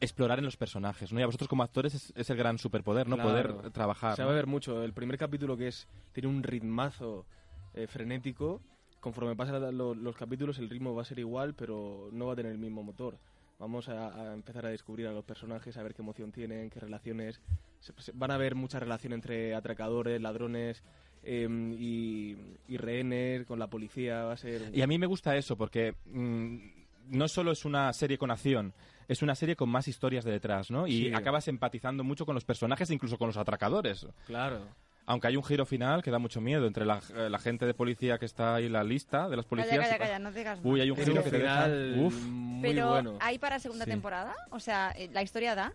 explorar en los personajes, ¿no? Y a vosotros como actores es, es el gran superpoder, ¿no?
Claro.
Poder trabajar.
Se
¿no?
va a ver mucho. El primer capítulo que es tiene un ritmazo eh, frenético. Conforme pasan lo- los capítulos el ritmo va a ser igual, pero no va a tener el mismo motor. Vamos a, a empezar a descubrir a los personajes, a ver qué emoción tienen, qué relaciones. Se- se- van a haber mucha relación entre atracadores, ladrones eh, y, y rehenes, con la policía. Va a ser.
Y a mí me gusta eso porque mm, no solo es una serie con acción, es una serie con más historias de detrás, ¿no? Y
Sí.
acabas empatizando mucho con los personajes, incluso con los atracadores.
Claro.
Aunque hay un giro final que da mucho miedo entre la, eh, la gente de policía que está ahí, la lista de los
Calla,
policías.
calla, calla, no digas
Uy,
más.
hay un
Pero
giro que te deja...
final
Uf.
muy
Pero
bueno.
hay para segunda
Sí.
temporada, o sea, eh, la historia da.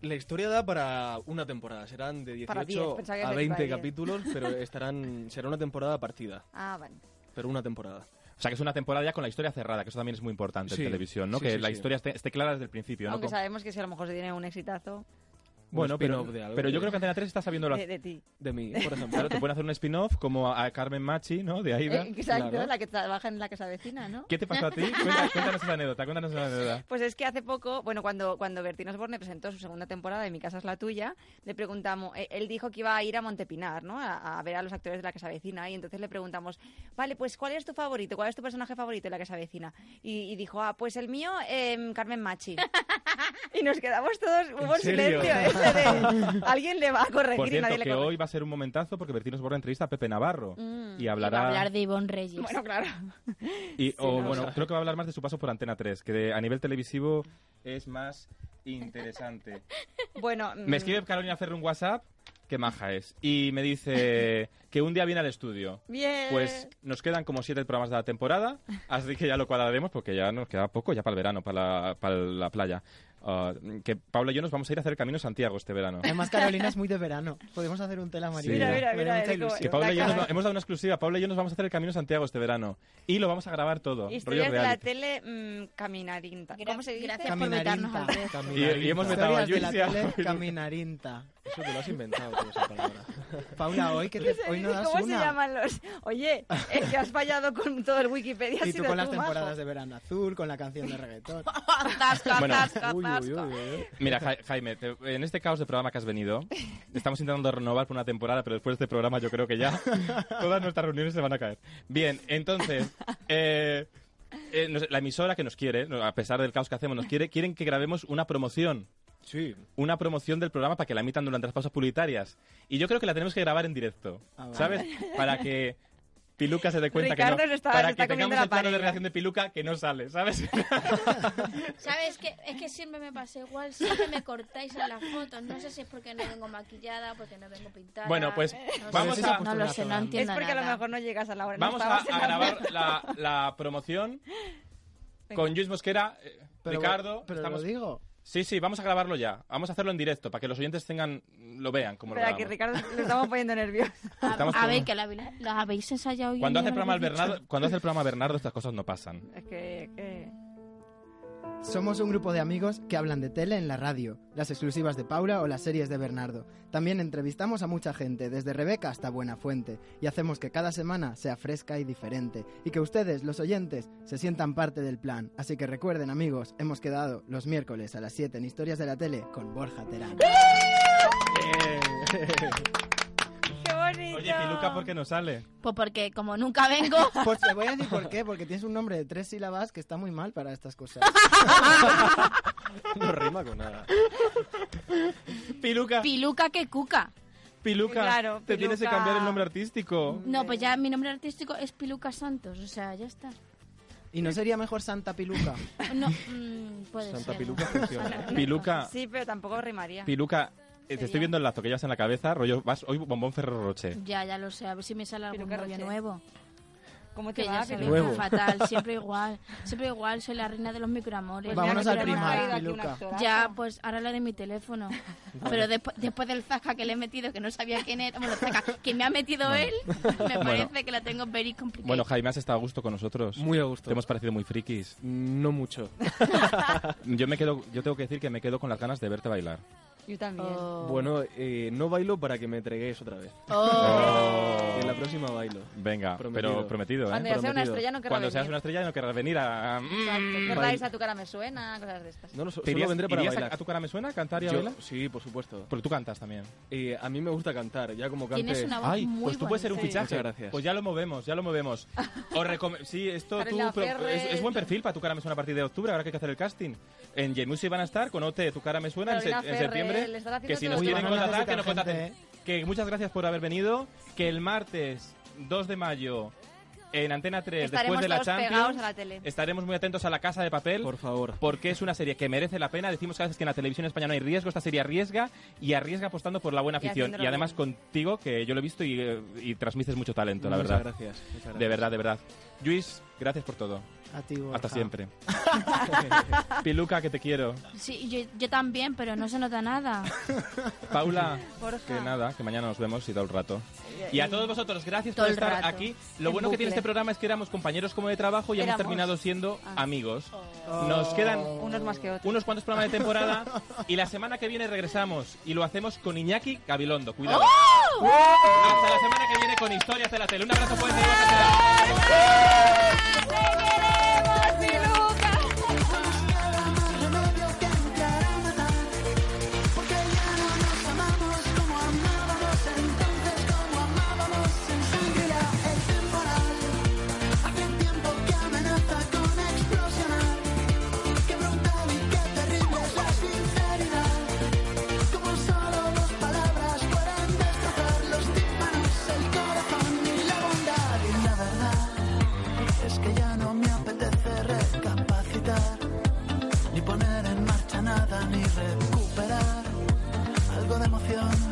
La historia da para una temporada, serán de
Para 10,
18
pensaba que
a
iba a
20
decir para 10.
capítulos, pero estarán será una temporada partida,
Ah, vale.
pero una temporada.
O sea, que es una temporada ya con la historia cerrada, que eso también es muy importante
Sí.
en televisión, ¿no?
Sí,
que
sí,
la
sí.
historia esté, esté clara desde el principio,
Aunque
¿no? Como-
sabemos que si a lo mejor se tiene un exitazo
Bueno,
Un
pero,
spin-off de algo.
pero yo creo que Antena 3 está sabiendo...
de, de ti.
De mí, por ejemplo.
Claro, te pueden hacer un spin-off como a a Carmen Machi, ¿no? De Aida.
Eh, Exacto,
Claro.
la que trabaja en la casa vecina, ¿no?
¿Qué te pasó a ti? Cuenta- Cuéntanos esa anécdota, cuéntanos esa anécdota.
Pues es que hace poco, bueno, cuando, cuando Bertín Osborne presentó su segunda temporada de Mi casa es la tuya, le preguntamos, eh, él dijo que iba a ir a Montepinar, ¿no? A, a ver a los actores de la casa vecina y entonces le preguntamos, vale, pues ¿cuál es tu favorito? ¿Cuál es tu personaje favorito de la casa vecina? Y, y dijo, ah, pues el mío, em, Carmen Machi. y nos quedamos todos, hubo un
serio?
silencio ese de, alguien le va a corregir
Por
y
cierto,
nadie le
que
corrige.
hoy va a ser un momentazo porque Bertín Osborne entrevista a Pepe Navarro
Mm,
y
Va
hablará...
a hablar de Ivonne Reyes.
Bueno, claro.
y, o,
no,
bueno,
no.
creo que va a hablar más de su paso por Antena 3, que de- a nivel televisivo es más interesante.
Bueno,
Pues,
mm,
me escribe Carolina Ferro un WhatsApp, que maja es, y me dice que un día viene al estudio.
Bien.
Pues nos quedan como siete programas de la temporada, así que ya lo cuadraremos porque ya nos queda poco, ya para el verano, para la, para la playa. Ah, que Paula y yo nos vamos a ir a hacer el Camino Santiago este verano.
Además, Carolina es muy de verano. Podemos hacer un tela
Sí.
amarillo. Me da mucha ilusión.
Que Paula y yo nos va- hemos dado una exclusiva. Paula y yo nos vamos a hacer el Camino Santiago este verano. Y lo vamos a grabar todo. rollo
Historias de la
reality.
tele mm, caminarinta. ¿Cómo se dice?
gracias por invitarnos al resto.
Y- y hemos vetado a
Historias de la
Yusia.
tele, Caminarinta.
Eso te lo has inventado tú, esa palabra.
Paula, hoy, que te- hoy no das
¿Cómo
una.
se llaman los...? Oye, el que has fallado con todo el Wikipedia ha
Y tú
sido
con las
majo.
temporadas de verano azul, con la canción de reggaetón.
Bueno.
Uy, uy, uy,
Mira, Ja- Jaime, te- en este caos de programa que has venido, estamos intentando renovar por una temporada, pero después de este programa yo creo que ya todas nuestras reuniones se van a caer. Bien, entonces, eh, eh, no sé, la emisora que nos quiere, no, a pesar del caos que hacemos, nos quiere, quieren que grabemos una promoción.
Sí.
Una promoción del programa para que la emitan durante las pausas publicitarias. Y yo creo que la tenemos que grabar en directo,
Ah, vale.
¿sabes? Para que Piluca se dé cuenta que
Ricardo
no.
se está-
para
se está
que tengamos
comiendo la
el plano de
pared.
reacción de Piluca que no sale, ¿sabes?
¿Sabes qué? Es que siempre me pasa igual, siempre me cortáis en las fotos. No sé si es porque no vengo maquillada, porque no vengo pintada.
Bueno, pues
no
vamos
sé.
a...
No lo sé, no
Es
entiendo
porque a lo
nada.
mejor no llegas a la hora. no
Vamos a,
estabas en
a
la-
grabar la, la promoción
Venga.
con Luis Mosquera. eh,
Pero-
Ricardo,
pero
estamos...
lo digo.
Sí, sí, vamos a grabarlo ya. Vamos a hacerlo en directo para que los oyentes tengan, lo vean como lo
Espera, que
grabamos.
Ricardo lo estamos poniendo nervioso.
Estamos
A
como-
ver, que la, las habéis ensayado y
Cuando
yo
hace, el
no lo
programa el
habéis dicho.
Bernardo, cuando hace el programa Bernardo estas cosas no pasan.
Es que, que-
Somos un grupo de amigos que hablan de tele en la radio, las exclusivas de Paula o las series de Bernardo. También entrevistamos a mucha gente, desde Rebeca hasta Buenafuente, y hacemos que cada semana sea fresca y diferente, y que ustedes, los oyentes, se sientan parte del plan. Así que recuerden, amigos, hemos quedado los miércoles a las 7 en Historias de la Tele con Borja Terán.
¡Qué bonito!
Oye, Piluca, ¿por qué no sale?
Pues porque como nunca vengo...
Pues te voy a decir por qué, porque tienes un nombre de tres sílabas que está muy mal para estas cosas.
No rima con nada.
Piluca,
Piluca que cuca.
Piluca,
Claro,
te tienes que
Piluca.
cambiar el nombre
Mm.
artístico.
No, pues ya mi nombre artístico es Piluca Santos, o sea, ya está.
¿Y no sería mejor Santa Piluca?
No, mm, puede
Santa
ser.
Piluca funciona. ¿eh?
Santa
Piluca.
Sí, pero tampoco rimaría.
Piluca, eh, te estoy viendo el lazo que llevas en la cabeza, rollo, vas hoy bombón Ferrero Rocher.
Ya, ya lo sé, a ver si me sale algún
Piluca
novio
Roche.
nuevo.
¿Cómo te
que
va,
ya sabes,
Piluca? Nuevo.
fatal, siempre igual, siempre igual, soy la reina de los microamores.
Pues mira Vámonos que al tenemos primar, ahí de aquí un Piluca. actorazo.
Ya, pues ahora hablaré de mi teléfono. Pero despu- después del zasca que le he metido, que no sabía quién era, bueno, zasca, que me ha metido él, me
Bueno.
parece que la tengo very complicada.
Bueno, Jaime, has estado a gusto con nosotros.
Muy a gusto.
Te hemos parecido muy frikis.
No mucho.
Yo me quedo, yo tengo que decir que me quedo con las ganas de verte bailar.
Yo también.
Bueno, eh, no bailo para que me entreguéis otra vez.
Oh.
En la próxima bailo.
Venga,
Prometido.
pero prometido, ¿eh?
Cuando ya sea una
Prometido.
estrella no querrá
Cuando seas
venir.
una estrella no querrás venir a... mm,
Exacto.
Bail-
Recordáis, Mm. a tu cara me suena, cosas de estas.
No, no, so-
¿Te
solo
irías-
vendré para
irías a-
bailar.
a tu cara me suena, cantar y a
Yo-
bailar?
Sí, por supuesto.
Porque tú cantas también.
Eh, a mí me gusta cantar, ya como cante...
Tienes una voz
Ay,
muy
pues tú puedes ser un
bonita.
fichaje.
Muchas gracias.
Pues ya lo movemos, ya lo movemos. Os recome- sí, esto tú,
Carla
pero
Ferrer.
es, es buen perfil para tu cara me suena a partir de octubre, ahora que hay que hacer el casting. En J-Music van a estar con OT, tu cara me suena en,
Carolina
se- en
Ferrer, le
septiembre.
están haciendo
Que si
todo
nos
el
quieren
trabajo.
contratar, que
Van a
nos
necesitar
contraten. Que muchas gracias por haber venido. Que el martes 2 de mayo en Antena 3,
Estaremos
después de la
todos pegados
Champions,
a la tele.
estaremos muy atentos a La Casa de Papel.
Por favor.
Porque es una serie que merece la pena. Decimos cada vez que en la televisión española no hay riesgo. Esta serie arriesga y arriesga apostando por la buena
Y
afición.
haciéndolo
Y además
bien.
contigo, que yo lo he visto y, eh, y transmites mucho talento, la
Muchas
verdad.
gracias, muchas gracias.
De verdad, de verdad. Luis, gracias por todo.
A ti, Borja.
Hasta siempre. Piluca, que te quiero.
Sí, yo, yo también, pero no se nota nada.
Paula,
Borja.
que nada, que mañana nos vemos y todo el rato. Y a todos vosotros, gracias
Todo
por
el
estar
rato.
aquí. Lo
En
bueno que tiene
bucle.
este programa es que éramos compañeros como de trabajo y hemos
Éramos.
terminado siendo
Ah.
amigos.
Oh.
Nos quedan
Unos más que otros.
unos cuantos programas de temporada y la semana que viene regresamos y lo hacemos con Iñaki Gabilondo. Cuidado. Hasta la semana que viene con Historias de la Tele. Un abrazo fuerte.
Es que ya no me apetece recapacitar, ni poner en marcha nada, ni recuperar algo de emoción